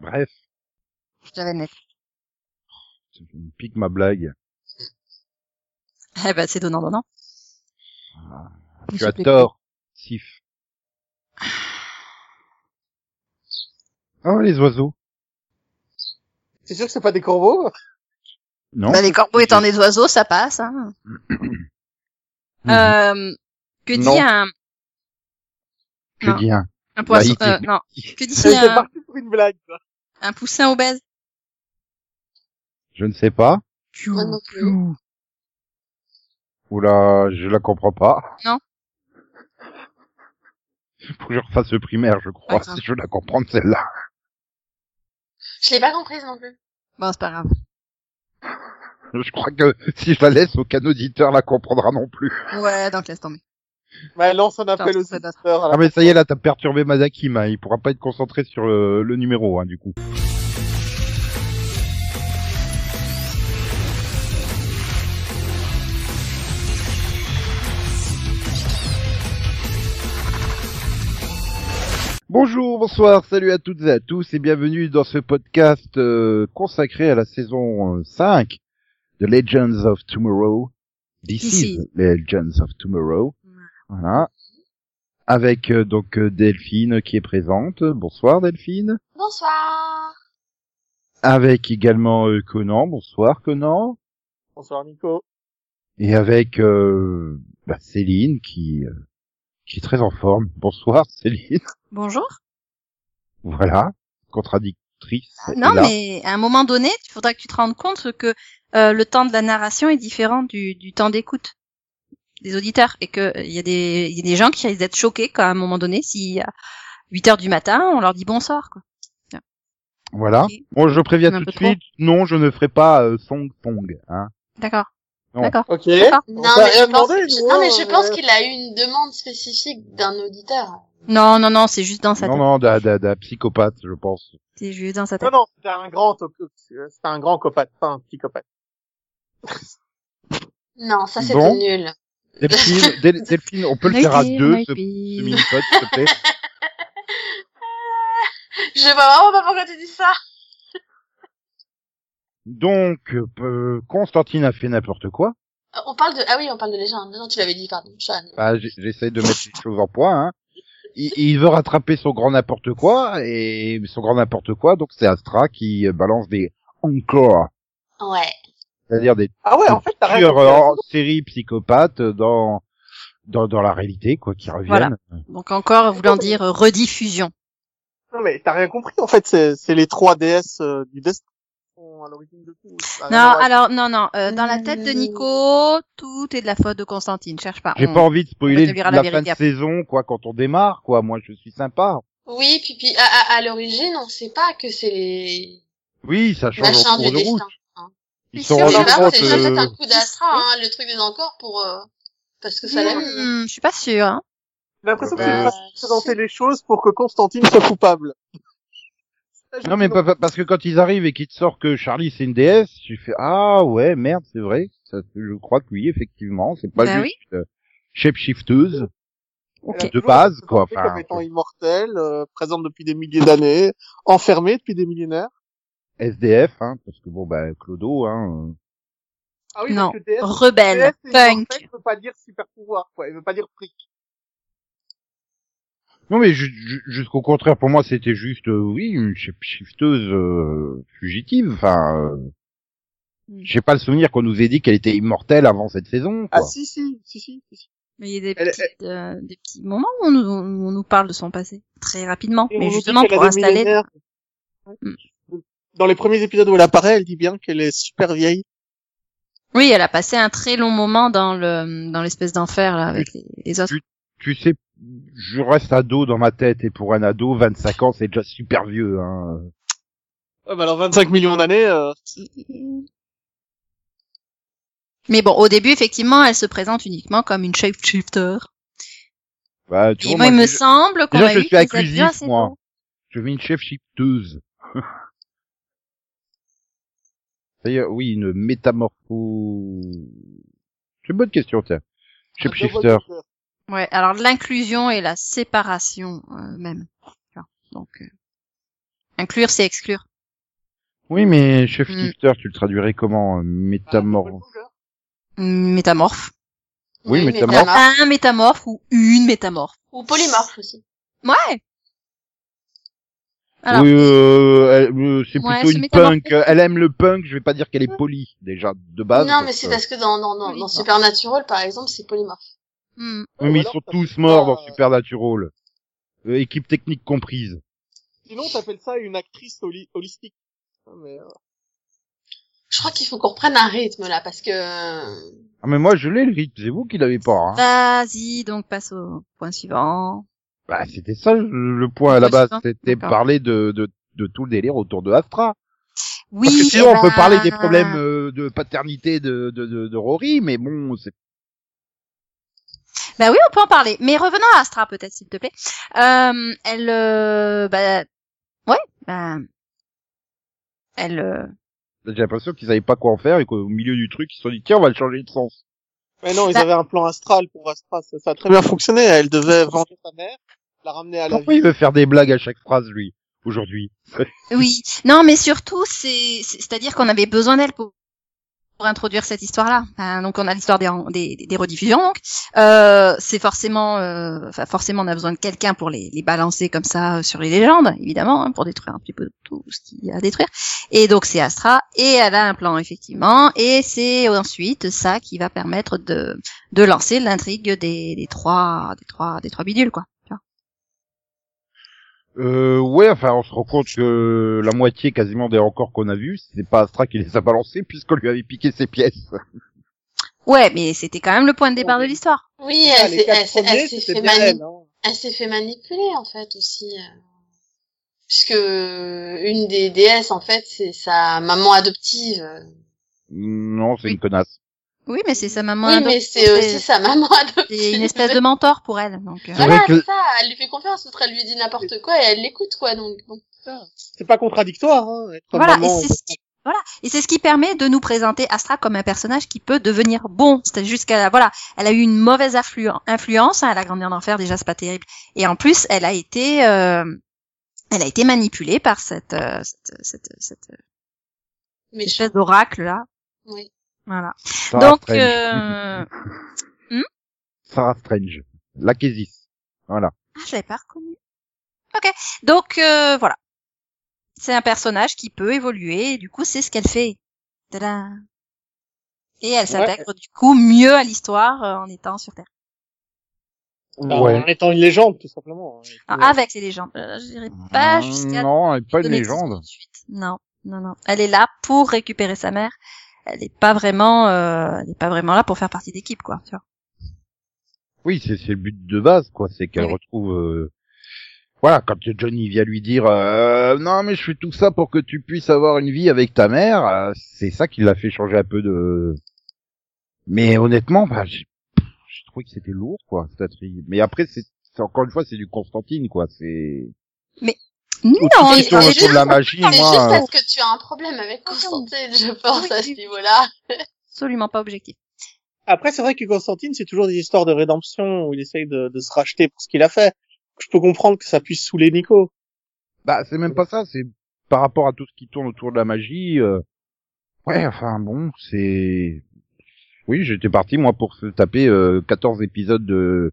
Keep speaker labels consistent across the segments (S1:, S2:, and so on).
S1: Bref,
S2: je devais le mettre.
S1: tu me piques ma blague.
S2: Eh ben, c'est donnant, donnant.
S1: Ah, tu
S2: Monsieur
S1: as
S2: Pecou.
S1: tort, Sif. Oh, les oiseaux.
S3: C'est sûr que c'est pas des corbeaux
S1: Non
S2: Bah, les corbeaux étant des oiseaux, ça passe. Hein.
S1: Mmh.
S2: Euh, que dit
S1: Non.
S2: un,
S1: Que
S2: non.
S1: dis un
S2: un poisson
S1: Bah, il-
S2: euh, Non, que dit
S3: C'est
S2: un,
S3: parti pour une blague, ça.
S2: un poussin obèse
S1: Je ne sais pas.
S2: Piou,
S3: non plus.
S2: piou.
S1: Oula, je la comprends pas.
S2: Non.
S1: Faut que je refasse le primaire, je crois,
S2: Pas grave.
S1: si je veux la comprendre celle-là.
S4: Je l'ai pas comprise non plus.
S2: Bon, c'est pas grave.
S1: Je crois que si je la laisse, aucun auditeur la comprendra non plus.
S2: Ouais, donc laisse tomber.
S3: Bah, lance un appel
S2: Putain,
S3: aux
S2: c'est pas
S3: auditeurs. à la-
S1: Ah mais ça y est, là t'as perturbé Mazakim, hein. il pourra pas être concentré sur le, le numéro hein, du coup. Bonjour, bonsoir, salut à toutes et à tous et bienvenue dans ce podcast euh, consacré à la saison euh, 5 de Legends of Tomorrow. This
S2: Ici.
S1: is Legends of Tomorrow. Voilà. Avec euh, donc euh, Delphine qui est présente. Bonsoir Delphine.
S4: Bonsoir.
S1: Avec également euh, Conan. Bonsoir Conan.
S3: Bonsoir, Nico.
S1: Et avec euh, bah, Céline qui euh, qui est très en forme. Bonsoir Céline.
S2: Bonjour.
S1: voilà. Contradictrice.
S2: Ah, Non,
S1: est là.
S2: mais à un moment donné, il faudra que tu te rendes compte que euh, le temps de la narration est différent du, du temps d'écoute des auditeurs et que euh, il y, a des- y a des gens qui risquent d'être choqués quand à un moment donné, si à 8 heures du matin, on leur dit bonsoir. Quoi.
S1: Voilà.
S2: Ok.
S1: Bon, je préviens
S2: Un
S1: tout
S2: peu
S1: de suite. Non, je ne ferai pas euh, song pong. Hein.
S2: D'accord.
S1: Non.
S2: D'accord.
S3: Ok.
S2: D'accord.
S3: On
S4: Non
S3: t'a
S4: mais,
S3: rien
S4: je pense,
S3: demandé,
S4: je-
S3: nous,
S4: non, mais
S3: hein,
S4: je pense
S3: euh.
S4: qu'il a eu une demande spécifique d'un auditeur.
S2: Non, non, non, c'est juste dans sa
S1: Non,
S2: tête.
S1: non, d'un- d'un d'un psychopathe, je pense.
S2: C'est juste dans sa tête.
S3: Non, non, c'était un grand, top- euh, c'était un grand copate, pas un petit copate.
S4: Non, ça c'était
S1: Bon.
S4: nul.
S1: Delphine, Del- Delphine, on peut le
S2: Might
S1: faire à
S2: be,
S1: deux,
S2: might
S1: ce,
S2: be.
S1: ce mini-pod, s'il te plaît.
S4: Je sais pas vraiment pas pourquoi tu dis ça.
S1: Donc, euh, Constantine a fait n'importe quoi.
S4: Euh, On parle de ah oui on parle de légende. Non tu l'avais dit pardon. Sean.
S1: Bah, j- j'essaie de mettre les choses en point. Hein. Il, il veut rattraper son grand n'importe quoi et son grand n'importe quoi. Donc c'est Astra qui euh, balance des encore,
S4: Ouais.
S1: c'est-à-dire des
S3: Ah ouais, en fait, t'as rien
S1: tueurs
S3: compris hein. à la
S1: en série psychopathes dans dans, dans la réalité quoi, qui reviennent.
S2: Donc encore voulant dire euh, rediffusion.
S3: Non mais t'as rien compris en fait, c'est c'est les trois DS euh, du destin qui sont à l'origine de tout. Ah,
S2: Non,
S3: ouais.
S2: alors non, non. euh, dans la tête de
S4: Euh.
S2: Nico, tout est de la faute de Constantine. Cherche pas. Hmm.
S1: J'ai
S2: On-
S1: pas envie de spoiler
S2: on te dira
S1: la,
S2: la
S1: fin de
S2: vérité
S1: saison quoi quand on démarre quoi. Moi je suis sympa.
S4: Oui puis puis à, à, à l'origine on sait pas que c'est les
S1: Oui, ça change en
S4: machins
S1: cours
S4: du
S1: de route.
S4: destin. hein.
S1: Ils
S2: Mais
S1: sont
S2: sûr,
S4: Mais
S1: rendus
S2: Pendant il va,
S4: là
S1: compte.
S4: c'est ça, c'est un
S1: euh,
S4: coup d'Astra hein, le truc des encore pour euh, parce que ça l'amuse.
S2: Hmm, je suis pas sûre. hein.
S3: J'ai l'impression que
S1: Euh,
S3: c'est une façon de présenter les choses pour que Constantine soit coupable. Ça, je
S1: Non mais
S3: dis
S1: pas- pas- parce que quand ils arrivent et qu'ils te sortent que Charlie c'est une déesse, tu fais ah ouais merde c'est vrai, ça, je crois que oui effectivement c'est pas
S2: Bah
S1: juste euh, shapeshifteuse Euh,
S2: Ok.
S3: Elle a
S1: de
S3: toujours
S1: base,
S3: été
S1: quoi,
S3: présentée Comme
S1: enfin,
S3: étant immortelle, euh, présente depuis des milliers d'années, enfermée depuis des millénaires.
S1: SDF hein parce que bon bah Clodo hein. euh.
S3: Ah
S2: Non.
S3: parce que DS,
S2: Rebelle,
S3: DS, c'est
S2: punk.
S3: immortel, veut pas dire super pouvoir quoi, elle veut pas dire fric.
S1: Non mais ju- ju- jusqu'au contraire pour moi c'était juste euh, oui une shapeshifteuse euh, fugitive enfin euh,
S2: Mm.
S1: j'ai pas le souvenir qu'on nous ait dit qu'elle était immortelle avant cette saison quoi.
S3: Ah si si si si. si, si.
S2: Mais il y a des,
S3: Elle-
S2: petites, euh, des petits moments où on, nous- on nous parle de son passé très rapidement,
S3: Et on
S2: mais
S3: nous dit
S2: justement
S3: qu'elle a
S2: pour
S3: des
S2: installer.
S3: millénaires. Dans les premiers épisodes où elle apparaît, elle dit bien qu'elle est super vieille.
S2: Oui, elle a passé un très long moment dans le dans l'espèce d'enfer là avec les, les os.
S1: Tu sais je reste ado dans ma tête et pour un ado 25 ans c'est déjà super vieux hein.
S3: Ouais, bah alors 25 millions d'années, euh,
S2: Mais bon, au début effectivement, elle se présente uniquement comme une shapeshifter.
S1: Bah, tu
S2: Et
S1: vois,
S2: moi, il
S1: moi,
S2: me
S1: je-
S2: semble qu'on
S1: déjà,
S2: a
S1: je
S2: eu
S1: suis
S2: des
S1: inclusif,
S2: adieux assez
S1: moi.
S2: beaux.
S1: Je veux une chef shifteuse. D'ailleurs, oui, une métamorpho... C'est une bonne question, tiens.
S3: un
S1: Shapeshifter.
S3: double shifter.
S2: Ouais, alors l'inclusion et la séparation euh, même. Tu vois, Donc euh, Inclure, c'est exclure.
S1: Oui, mais chef
S2: Hmm.
S1: lifter, tu le traduirais comment euh,
S3: Ah, double
S1: Métamorph.
S3: bouger.
S2: Mm, Métamorphe.
S1: Oui,
S4: mais
S1: métamorphe.
S4: t'en as-
S2: Un métamorphe ou une métamorphe.
S4: Ou polymorphe aussi.
S2: Ouais. Alors,
S1: Oui, euh, elle- euh, c'est
S2: Ah, Ouais,
S1: plutôt
S2: c'est
S1: une
S2: métamorphique.
S1: punk. Elle aime le punk. Je vais pas dire qu'elle est polie déjà de base. Euh,
S4: non,
S1: parce
S4: mais c'est
S1: que-
S4: parce que dans, dans, dans, dans
S2: Polymorphe.
S4: Supernatural, par exemple, c'est polymorphe.
S2: hmm,
S1: Oui, mais
S3: Ou
S1: ils
S3: alors,
S1: sont
S3: t'as-
S1: tous morts dans
S3: Ah.
S1: Supernatural. Euh, équipe technique comprise.
S3: Sinon, t'appelles ça une actrice holi- holistique. Ah, mais, euh,
S4: Je crois qu'il faut qu'on reprenne un rythme là, parce que euh,
S1: Ah mais moi je l'ai le rythme, c'est vous qui l'avez pas. Hein.
S2: vas-y, donc passe au point suivant.
S1: Bah c'était ça le, le point à la
S2: Moi,
S1: base,
S2: je pense.
S1: c'était
S2: D'accord.
S1: parler de, de de tout le délire autour de Astra.
S2: Oui.
S1: Parce que sinon
S2: eh
S1: on peut
S2: ben,
S1: parler des problèmes euh, de paternité de de, de, de Rory, mais bon c'est
S2: Bah oui, on peut en parler. Mais revenons à Astra, peut-être, s'il te plaît. Euh, elle, euh, bah, ouais, bah, elle, euh,
S1: j'ai l'impression qu'ils savaient pas quoi en faire et qu'au milieu du truc ils se sont dit tiens on va le changer de sens.
S3: Mais non, ils
S2: Bah-
S3: avaient un plan astral pour Astra. Ça, ça a très bien fonctionné. Elle devait venger sa mère, la ramener à la
S1: Pourquoi
S3: vie.
S1: il veut faire des blagues à chaque phrase lui aujourd'hui
S2: oui. Non, mais surtout, c'est, c'est- c'est-à-dire qu'on avait besoin d'elle pour pour introduire cette histoire-là. Enfin, donc on a l'histoire des, des, des rediffusions. Donc euh, c'est forcément, euh, enfin forcément, on a besoin de quelqu'un pour les, les balancer comme ça euh, sur les légendes, évidemment, hein, pour détruire un petit peu tout ce qu'il y a à détruire. Et donc c'est Astra et elle a un plan effectivement. Et c'est ensuite ça qui va permettre de de lancer l'intrigue des, des trois, des trois, des trois bidules quoi. Tu vois.
S1: Euh, ouais, enfin, on se rend compte que la moitié quasiment des records qu'on a vus, c'est pas Astra qui les a balancés puisqu'on lui avait piqué ses pièces.
S2: Ouais, mais c'était quand même le point de départ de l'histoire.
S4: oui,
S3: Ah,
S4: elle
S3: les
S4: s'est-
S3: quatre
S4: elle s'est
S3: premiers,
S4: elle s'est
S3: c'était
S4: fait
S3: bien
S4: manipuler.
S3: elle. hein.
S4: elle s'est fait manipuler en fait aussi euh, puisque une des déesses en fait c'est sa maman adoptive
S1: Non, c'est une
S2: Oui.
S1: connasse.
S2: Oui, mais c'est sa maman.
S4: oui
S2: adoptive,
S4: mais c'est aussi sa maman
S2: c'est
S4: adoptive
S2: une espèce de mentor pour elle. Donc, euh,
S1: C'est
S4: voilà
S1: vrai que-
S4: c'est ça elle lui fait confiance l'autre elle lui dit n'importe quoi et elle l'écoute quoi donc donc,
S3: C'est pas contradictoire. Hein, être
S2: Voilà,
S3: maman,
S2: et c'est ce qui voilà, et c'est ce qui permet de nous présenter Astra comme un personnage qui peut devenir bon. C'est jusqu'à voilà, elle a eu une mauvaise afflu- influence, hein, elle a grandi en enfer déjà, c'est pas terrible. Et en plus, elle a été euh, elle a été manipulée par cette euh, cette, cette, cette
S4: mais je-
S2: espèce d'oracle là.
S4: oui.
S2: Voilà.
S1: Sarah
S2: Donc
S1: Strange.
S2: euh... ah,
S1: Sarah Strange. La Késis. Voilà.
S2: Ah, je l'avais pas reconnu. OK. Donc euh, voilà. C'est un personnage qui peut évoluer, et du coup, c'est ce qu'elle fait. Tadam. Et elle s'intègre du coup mieux à l'histoire euh, en étant sur Terre.
S3: Bah, En étant une légende, tout simplement. hein.
S2: Alors, avec les légendes. Euh, je dirais pas jusqu'à
S1: Non, elle est pas une
S2: donner
S1: légende.
S2: tout de suite. Non, non, non. Elle est là pour récupérer sa mère. Elle n'est pas vraiment, euh, elle est pas vraiment là pour faire partie d'équipe, quoi. Tu vois.
S1: Oui, c'est c'est le but de base, quoi. C'est qu'elle
S2: Oui.
S1: retrouve. euh, Voilà, quand Johnny vient lui dire euh, non mais je fais tout ça pour que tu puisses avoir une vie avec ta mère, euh, c'est ça qui l'a fait changer un peu de. Mais honnêtement, bah, j'ai j'ai trouvé que c'était lourd, quoi, cette intrigue. Mais après, c'est c'est- encore une fois, c'est du Constantine, quoi. C'est. Au
S2: Non,
S1: tout de
S4: mais
S1: suite, on
S4: c'est
S1: retrouve
S4: juste-
S1: la magie,
S4: c'est juste
S1: moi. euh,
S4: parce que tu as un problème avec
S3: Ah,
S4: Constantine je pense
S2: Oui,
S4: à
S2: oui.
S4: ce niveau là
S2: absolument pas objectif.
S3: Après, c'est vrai que Constantine, c'est toujours des histoires de rédemption où il essaye de, de se racheter pour ce qu'il a fait. Je peux comprendre que ça puisse saouler Nico.
S1: Bah, c'est même pas ça. C'est par rapport à tout ce qui tourne autour de la magie. euh, Ouais, enfin bon, c'est. Oui, j'étais parti moi pour se taper euh, 14 épisodes de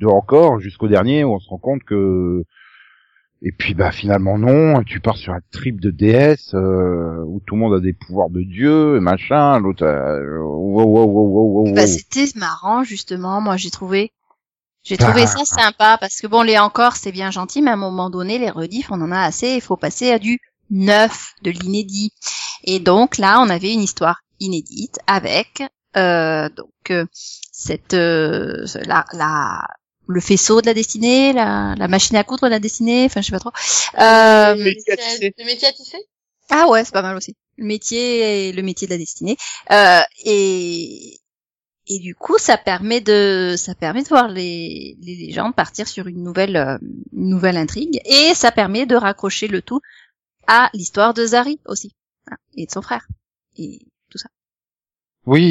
S1: de encore jusqu'au dernier où on se rend compte que. Et puis bah finalement non, tu pars sur un trip de DS euh, où tout le monde a des pouvoirs de dieu et machin, l'autre euh, wow wow wow wow wow. wow.
S2: Bah, c'était marrant justement. Moi, j'ai trouvé, j'ai
S1: Bah.
S2: trouvé ça sympa parce que bon, les encore, c'est bien gentil, mais à un moment donné, les rediffs, on en a assez. Il faut passer à du neuf, de l'inédit. Et donc là, on avait une histoire inédite avec euh, donc euh, cette euh, ce- la, la le faisceau de la destinée, la, la machine à coudre de la destinée. Enfin, je sais pas trop. Euh,
S3: Le métier à tisser.
S4: le métier à tisser
S2: ah ouais, c'est pas mal aussi. Le métier, le métier de la destinée. Euh, et et du coup, ça permet de ça permet de voir les les légendes partir sur une nouvelle euh, une nouvelle intrigue et ça permet de raccrocher le tout à l'histoire de Zari aussi hein, et de son frère. Et
S1: Oui,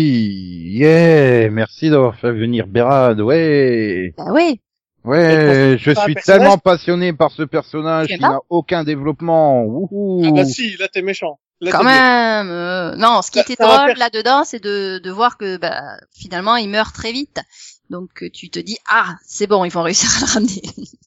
S1: yeah, merci d'avoir fait venir Bérad, ouais.
S2: bah ouais,
S1: Ouais, euh, je
S3: pas un
S1: suis
S3: personnage.
S1: tellement passionné par ce personnage qui
S2: Tu aimes pas
S1: n'a aucun développement. Wouhou.
S3: Ah bah si, là t'es méchant. Là,
S2: Quand
S3: t'es
S2: même. euh, non, ce qui
S3: Ça-
S2: était
S3: ça va
S2: drôle
S3: faire-
S2: là-dedans, c'est de, de voir que bah, finalement, il meurt très vite. Donc euh, tu te dis ah c'est bon ils vont réussir à le ramener.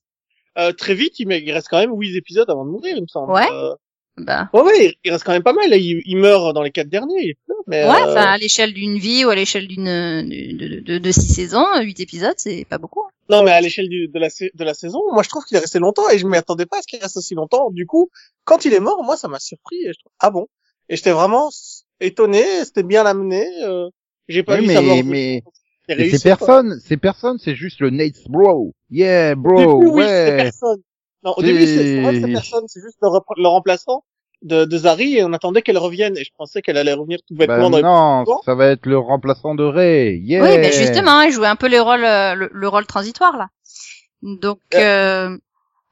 S3: Euh, très vite, il, mais il reste quand même 8 épisodes avant de mourir, il me semble.
S2: Ouais.
S3: Euh,
S2: bah
S3: ouais, ouais, il- il reste quand même pas mal. Là, il, il meurt dans les quatre derniers. il est plein, mais,
S2: ouais
S3: euh,
S2: enfin, à l'échelle d'une vie ou à l'échelle d'une de, de, de, de six saisons euh, huit épisodes c'est pas beaucoup. hein.
S3: Non, mais à l'échelle du- de, la, sa- de la saison, moi je trouve qu'il est resté longtemps et je m'y attendais pas à ce qu'il reste aussi longtemps. Du coup, quand il est mort, moi ça m'a surpris. Et je trouve, ah bon Et j'étais vraiment s- étonné, c'était bien amené. euh, J'ai pas
S1: Oui,
S3: vu
S1: mais-
S3: sa mort.
S1: mais-
S3: C'est
S1: Et
S3: réussi,
S1: ces personnes, ces personnes, c'est juste le Nate's bro. Yeah,
S3: quoi.
S1: bro.
S3: Au début, oui, c'était
S1: ouais.
S3: personne. Non, au
S1: C'est-
S3: début, c'est c'est vrai que c'est personne, c'est juste le, repre- le remplaçant de, de Zari et on attendait qu'elle revienne et je pensais qu'elle allait revenir tout
S1: Bah,
S3: bêtement dans les-
S1: non,
S3: épisodes.
S1: ça va être le remplaçant de Ray. Yeah.
S2: Oui mais justement il jouait un peu le rôle euh, le, le rôle transitoire là. Donc euh,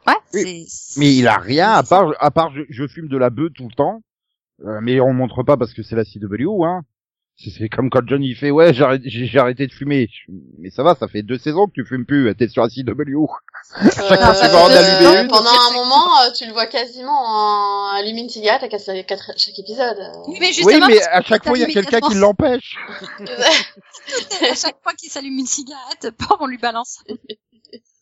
S2: ouais c'est.
S1: Mais il a rien à
S2: c'est-
S1: part, à part je, je fume de la bœuf tout le temps. Euh, mais on le montre pas parce que c'est la CW, hein. C'est- C'est comme quand John il fait ouais j'ai arrêté- j'ai j'ai arrêté de fumer. Je- Mais ça va, ça fait deux saisons que tu fumes plus. T'es sur la CW.
S4: Euh,
S1: fois que tu vas en allumer une.
S4: pendant un moment, euh, tu le vois quasiment en allumer une cigarette à quatre- quatre- chaque épisode.
S2: Oui mais
S1: Oui,
S2: justement
S1: mais à chaque
S2: t'as
S1: fois il y a
S2: limite la
S1: quelqu'un qui
S2: force.
S1: l'empêche.
S2: à chaque fois qu'il s'allume une cigarette pom, on lui balance.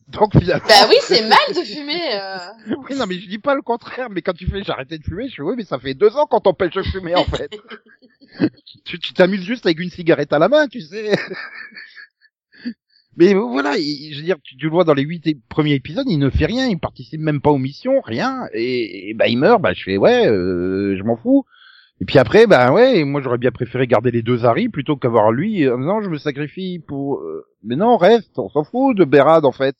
S1: Donc finalement.
S4: bah oui, c'est mal de fumer. euh.
S1: Oui, non, mais je dis pas le contraire, mais quand tu fais j'ai arrêté de fumer, je fais oui, mais ça fait deux ans qu'on t'empêche de fumer, en fait. tu tu t'amuses juste avec une cigarette à la main, tu sais. mais voilà, il- je veux dire, tu, tu le vois dans les huit é- premiers épisodes, il ne fait rien, il participe même pas aux missions, rien, et, et bah il meurt, bah je fais ouais, euh, je m'en fous. Et puis après, bah ouais, moi j'aurais bien préféré garder les deux Harry plutôt qu'avoir lui. euh, Non, je me sacrifie pour. euh, Mais non, reste, on s'en fout de Bérad en fait.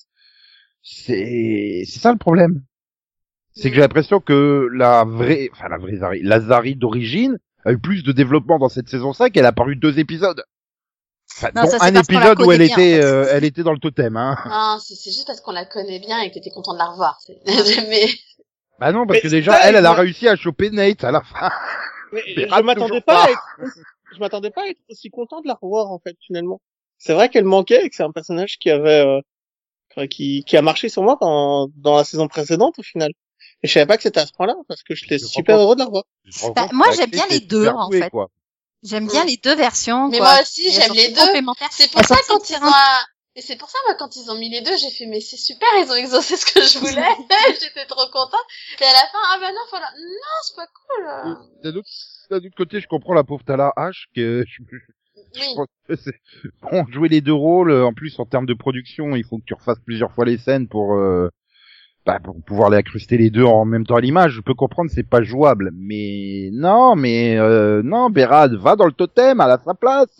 S1: C'est c'est ça le problème. C'est que j'ai l'impression que la vraie, enfin la vraie Zari, la Zari d'origine a eu plus de développement dans cette saison 5 qu'elle a paru deux épisodes. Enfin,
S2: Non,
S1: dont
S2: ça, c'est
S1: un
S2: parce qu'on la
S1: épisode où
S2: connaît
S1: elle
S2: bien, en
S1: était,
S2: fait.
S1: euh, elle était dans le totem. Hein.
S4: Non, c'est c'est juste parce qu'on la connaît bien et que t'étais content de la revoir. c'est- mais
S1: Bah non, parce
S3: Mais
S1: que
S3: c'est
S1: déjà,
S3: ça,
S1: elle, elle a
S3: moi-
S1: réussi à choper Nate à la fin.
S3: Mais
S1: Mais
S3: je
S1: rate
S3: m'attendais
S1: toujours
S3: pas,
S1: pas.
S3: à être- je m'attendais pas à être aussi content de la revoir en fait finalement. C'est vrai qu'elle manquait et que c'est un personnage qui avait euh, enfin, qui qui a marché sur moi dans dans la saison précédente au final. Et je savais pas que c'était à ce point-là parce que j'étais
S1: Je
S3: super
S1: comprends.
S3: heureux de la revoir.
S2: Bah, moi, j'aime bien les deux, en fait.
S1: Quoi.
S2: J'aime bien les deux versions.
S4: Mais
S2: quoi.
S4: moi aussi,
S2: Elles
S4: j'aime
S2: sont
S4: les
S2: très
S4: deux.
S2: complémentaires.
S4: c'est pour
S2: Elles
S4: ça
S2: sont
S4: quand ils
S2: différentes.
S4: ont un- et c'est pour ça moi quand ils ont mis les deux, j'ai fait mais c'est super, ils ont exaucé ce que je voulais, j'étais trop content. Et à la fin, ah bah non, faut la- non, c'est pas cool. euh.
S1: D'un autre, d'un autre côté, je comprends la pauvre Tala H que je, je
S4: Oui.
S1: pense que c'est- bon, jouer les deux rôles. euh, En plus, en termes de production, il faut que tu refasses plusieurs fois les scènes pour, euh, bah, pour pouvoir les incruster les deux en même temps à l'image. Je peux comprendre, c'est pas jouable, mais non, mais euh, non, Bérad, va dans le totem, à la sa place.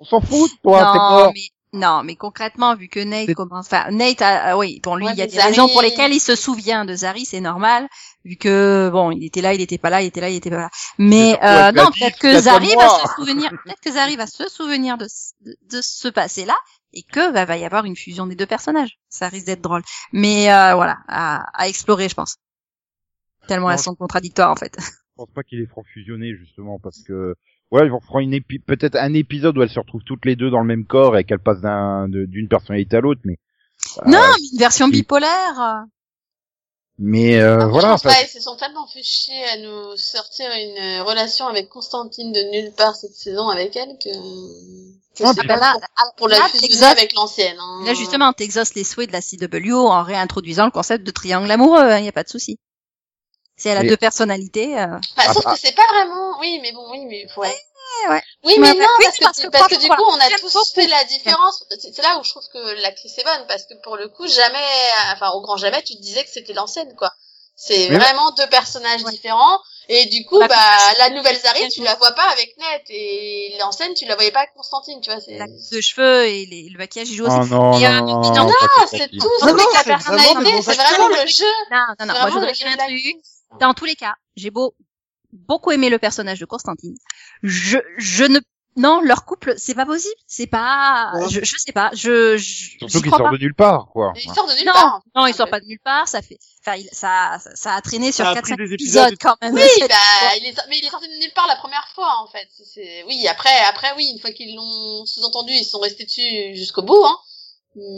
S1: On s'en fout, de toi, t'es
S2: non,
S1: mort.
S2: mais, non, mais concrètement, vu que Nate
S1: C'est-
S2: commence, enfin, Nate, a- ah oui, bon, lui,
S4: Ouais,
S2: il y a
S4: mais
S2: des raisons
S4: Zari-
S2: pour lesquelles il se souvient de Zari, c'est normal, vu que, bon, il était là, il était pas là, il était là, il était pas là. Mais,
S1: surtout, elle
S2: euh,
S1: lui a
S2: non,
S1: dit,
S2: peut-être
S1: tu
S2: que
S1: l'as
S2: Zari
S1: comme
S2: va
S1: moi.
S2: se souvenir, peut-être que Zari va se souvenir de, ce- de, de ce passé-là, et que, bah, va y avoir une fusion des deux personnages. Ça risque d'être drôle. Mais, euh, voilà, à, à explorer, je pense. Tellement
S1: Non,
S2: elles sont contradictoires, en fait.
S1: Je pense pas qu'il est franc fusionné justement parce que ouais ils vont reprendre une épi- peut-être un épisode où elles se retrouvent toutes les deux dans le même corps et qu'elles passent d'un de- d'une personnalité à l'autre mais
S2: Non, mais une version
S1: si.
S2: bipolaire. euh.
S1: mais euh,
S4: Après,
S1: voilà
S4: Ah, je pense
S1: enfin,
S4: pas, ils se sont tellement fait chier à nous sortir une euh, relation avec Constantine de nulle part cette saison avec elle que je
S1: Ah,
S4: sais
S1: puis-
S4: pas
S2: Ah, bah là,
S4: pour, pour la
S2: là,
S4: fusionner
S2: t'exagères.
S4: avec l'ancienne. hein.
S2: Là, justement, t'exauces les souhaits de la CW en réintroduisant le concept de triangle amoureux, il n'y a pas de souci. Si elle a
S1: Et-
S2: deux personnalités, euh,
S4: Enfin,
S1: Ah,
S4: sauf
S1: bah.
S4: que c'est pas vraiment. Oui, mais bon, oui, mais ouais.
S2: ouais.
S4: Oui,
S2: Je me
S4: mais
S2: rappelle-
S4: non,
S2: oui,
S4: parce,
S2: parce
S4: que,
S2: que
S4: parce que
S2: par
S4: du
S2: contre,
S4: coup, on a
S2: j'aime
S4: tous
S2: beaucoup.
S4: fait la différence. C'est c'est là où je trouve que l'actrice est bonne, parce que pour le coup, jamais, enfin, au grand jamais, tu te disais que c'était l'ancienne, quoi. C'est
S1: Mais-
S4: vraiment deux personnages
S2: Ouais.
S4: différents, et du coup,
S2: Bah,
S4: bah,
S2: c'est-
S4: la nouvelle Zari,
S2: c'est-
S4: tu la vois pas avec Net, et l'ancienne, tu la voyais pas avec Constantine, tu vois. c'est-
S2: la coupe de cheveux et les- le maquillage, ils jouent aussi.
S1: oh non non
S2: Et, euh,
S1: non, non,
S2: non, non,
S1: ça,
S4: Ah,
S1: c'est
S4: c'est
S1: facile.
S4: tout,
S3: Non,
S4: c'est
S3: non,
S4: que la
S3: c'est vraiment des
S4: personnalité,
S3: bons
S4: c'est
S3: acteurs,
S4: vraiment
S2: les
S4: le jeu.
S2: Non, non, non,
S4: C'est
S2: moi je
S4: vraiment
S2: voudrais
S4: le
S2: dire un
S4: highlight.
S2: truc. Dans tous les cas, j'ai beau beaucoup aimé le personnage de Constantine. Je, je ne, non, leur couple, c'est pas possible. C'est pas,
S3: Ouais.
S2: je, je sais pas, je, je, j'y
S1: surtout qu'il
S2: crois
S1: sort
S2: pas.
S1: de nulle part quoi
S4: Il sort de nulle
S2: Non,
S4: part.
S2: non, il sort pas de nulle part, ça fait, enfin, il- ça, ça, ça a traîné sur
S3: Ça a
S2: quatre
S3: pris
S2: cinq
S3: des
S2: épisodes
S3: épisodes.
S2: quand même.
S4: Oui,
S2: cette
S4: bah, il est, sor- mais il est sorti de nulle part la première fois, en fait. C'est- c'est- Oui, après, après, oui, une fois qu'ils l'ont sous-entendu, ils sont restés dessus jusqu'au bout, hein.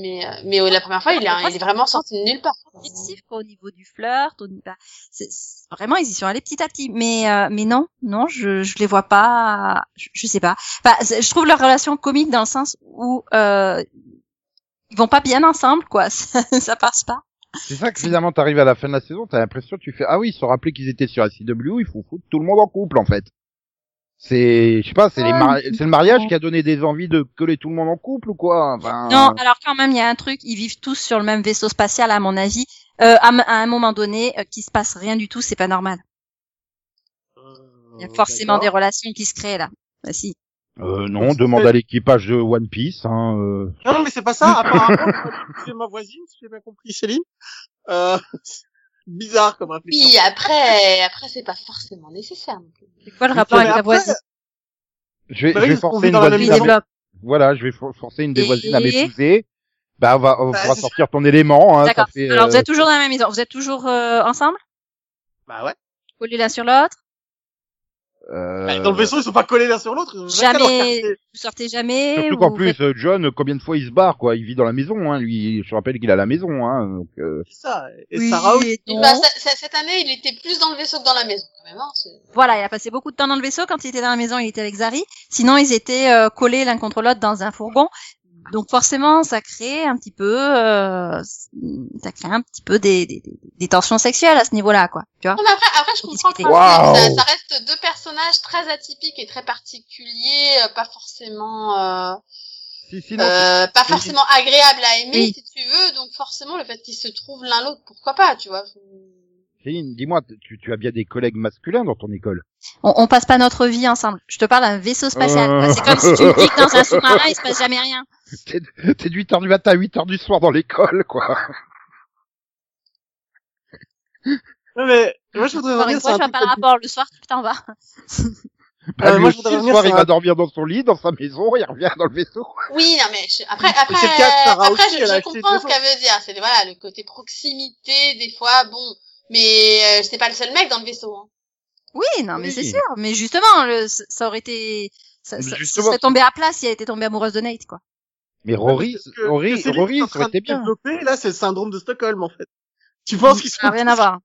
S4: Mais, euh, mais euh, la première fois, il, est- il est vraiment sorti de nulle part.
S2: compétitif, quoi, au niveau du flirt. Au... bah, c'est- c'est- Vraiment, ils y sont allés petit à petit. Mais, euh, mais non, non, je, je les vois pas. Je, je sais pas. Enfin, c'est- je trouve leur relation comique dans le sens où euh, ils vont pas bien ensemble, quoi. ça, ça passe pas.
S1: C'est ça que finalement t'arrives à la fin de la saison, t'as l'impression tu fais ah oui ils se sont rappelés qu'ils étaient sur la CW, il faut foutre tout le monde en couple en fait. C'est je sais pas c'est les
S2: Ouais,
S1: mari-
S2: mais-
S1: c'est le mariage qui a donné des envies de coller tout le monde en couple ou quoi. Enfin,
S2: Non, alors quand même, il y a un truc. Ils vivent tous sur le même vaisseau spatial, à mon avis. Euh, à, m- à un moment donné, euh, qu'il se passe rien du tout, c'est pas normal. Il y a forcément des relations qui se créent là. Bah, si.
S1: euh, non demande à l'équipage de One Piece. Hein, euh.
S3: Non, mais c'est pas ça. Apparemment, c'est ma voisine, si j'ai bien compris, Céline. Euh, bizarre comme réflexion.
S4: Puis après, après c'est pas forcément nécessaire. non plus.
S2: C'est quoi le rapport
S3: Mais
S2: avec la
S3: après,
S2: voisine
S1: Je vais,
S3: Bah
S1: je
S3: oui,
S1: vais
S3: ils se sont
S1: forcer
S3: vus
S1: une
S3: dans la même
S1: voisine à
S3: maison.
S1: m'é- voilà je vais for- forcer une des
S2: Et-
S1: voisines à m'épouser. Bah on va on
S3: Bah,
S1: pourra
S3: c'est-
S1: sortir ton élément. Hein, ça
S2: D'accord.
S1: fait,
S2: Alors vous
S1: euh,
S2: êtes toujours dans la même maison. Vous êtes toujours euh, ensemble,
S3: Bah ouais.
S2: collés l'un sur l'autre.
S1: euh,
S3: Bah, Dans le vaisseau, ils sont pas collés l'un sur l'autre. ils ont
S2: Jamais.
S3: jamais regardé.
S2: Vous sortez jamais.
S1: Surtout
S2: vous
S1: qu'en plus,
S2: faites-
S1: euh, John, combien de fois il se barre, quoi. Il vit dans la maison, hein. Lui, je rappelle qu'il a la maison, hein. Donc, euh,
S3: C'est ça. Et
S2: Oui,
S3: Sarah aussi.
S2: et non.
S4: Bah, ça- ça- cette année, il était plus dans le vaisseau que dans la maison quand même. Hein, c'est-
S2: Voilà, il a passé beaucoup de temps dans le vaisseau. Quand il était dans la maison, il était avec Zari. Sinon, ils étaient euh, collés l'un contre l'autre dans un fourgon. Donc forcément, ça crée un petit peu, euh, ça crée un petit peu des, des, des- des tensions sexuelles à ce niveau-là, quoi. Tu vois
S4: Non, mais après, après, je comprends le
S2: Discuter.
S4: principe.
S1: Waouh.
S4: Ça, ça reste deux personnages très atypiques et très particuliers, euh, pas forcément, euh,
S1: si, sinon,
S4: euh, pas forcément agréables à aimer,
S2: Oui.
S4: si tu veux. Donc forcément, le fait qu'ils se trouvent l'un l'autre, pourquoi pas, tu vois.
S1: Céline, dis-moi, t- tu, tu as bien des collègues masculins dans ton école.
S2: On, on passe pas notre vie ensemble. Je te parle d'un vaisseau spatial.
S1: Euh.
S2: quoi. C'est comme si tu me dis que dans un sous-marin, il se passe jamais rien.
S1: T'es t'es de 8 heures du matin à 8 heures du soir dans l'école, quoi.
S3: Non, mais, moi, je voudrais
S2: Encore
S3: revenir
S2: une
S3: sur
S2: fois,
S3: un
S2: je vois
S3: truc
S2: pas le
S3: que-
S2: rapport. Le soir, tu t'en vas.
S1: Bah, lui
S3: Euh, moi,
S1: aussi,
S3: je voudrais
S1: le
S3: revenir
S1: soir,
S3: sur
S1: il
S3: un-
S1: va dormir dans son lit, dans sa maison, il revient dans le vaisseau.
S4: Oui, non, mais je- après, après,
S3: c'est le cas de Sarah
S4: après,
S3: aussi,
S4: je,
S3: elle a
S4: je
S3: acheté
S4: comprends
S3: deux
S4: ce qu'elle veut dire. C'est voilà, le côté proximité, des fois, bon. Mais euh, c'est pas le seul mec dans le vaisseau. Hein.
S2: Oui, non, mais c'est
S1: Oui.
S2: sûr. Mais justement, le, c- ça aurait été, ça,
S1: Mais
S2: ça- ça
S1: justement.
S2: serait tombé à plat si elle était tombée amoureuse de Nate, quoi.
S1: Mais Rory,
S3: Parce que- que
S1: Rory,
S3: Céline est
S1: Rory,
S3: en
S1: ça aurait
S3: train
S1: été
S3: de
S1: bien.
S3: développer, Là, c'est le syndrome de Stockholm, en fait. Tu penses qu'ils
S2: Ça
S3: sont
S2: n'a rien à voir.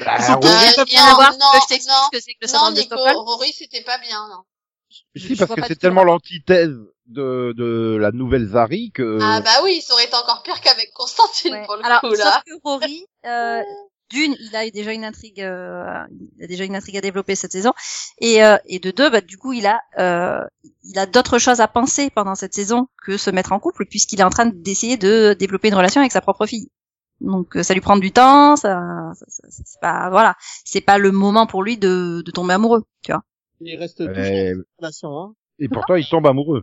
S1: Bah,
S3: ils
S1: Rory-
S2: Ça
S3: sont Ah,
S2: n'a
S4: Euh, non,
S2: rien à voir.
S4: non,
S2: parce que je t'explique
S4: non,
S2: ce que c'est que le
S4: non,
S2: syndrome de
S4: Nico,
S2: Stockholm.
S4: Rory, c'était pas bien, non.
S1: si,
S2: je
S1: parce
S2: vois
S1: que
S2: pas
S1: c'est
S2: du tout.
S1: tellement l'antithèse de, de la nouvelle Zari que...
S2: Euh.
S4: Ah bah oui, ça aurait été encore pire qu'avec Constantine
S2: Ouais.
S4: pour le
S2: Alors,
S4: coup
S2: sauf
S4: là.
S2: que Rory, euh, d'une, il a eu déjà une intrigue, euh, il a déjà une intrigue à développer cette saison, et, euh, et de deux, bah, du coup, il a, euh, il a d'autres choses à penser pendant cette saison que se mettre en couple, puisqu'il est en train d'essayer de développer une relation avec sa propre fille. Donc, euh, ça lui prend du temps, ça, ça- ça- ça- c'est pas, voilà, c'est pas le moment pour lui de, de tomber amoureux, tu vois.
S3: Ils restent
S1: Euh,
S3: toujours en relation, hein.
S1: et pourtant, il tombe amoureux.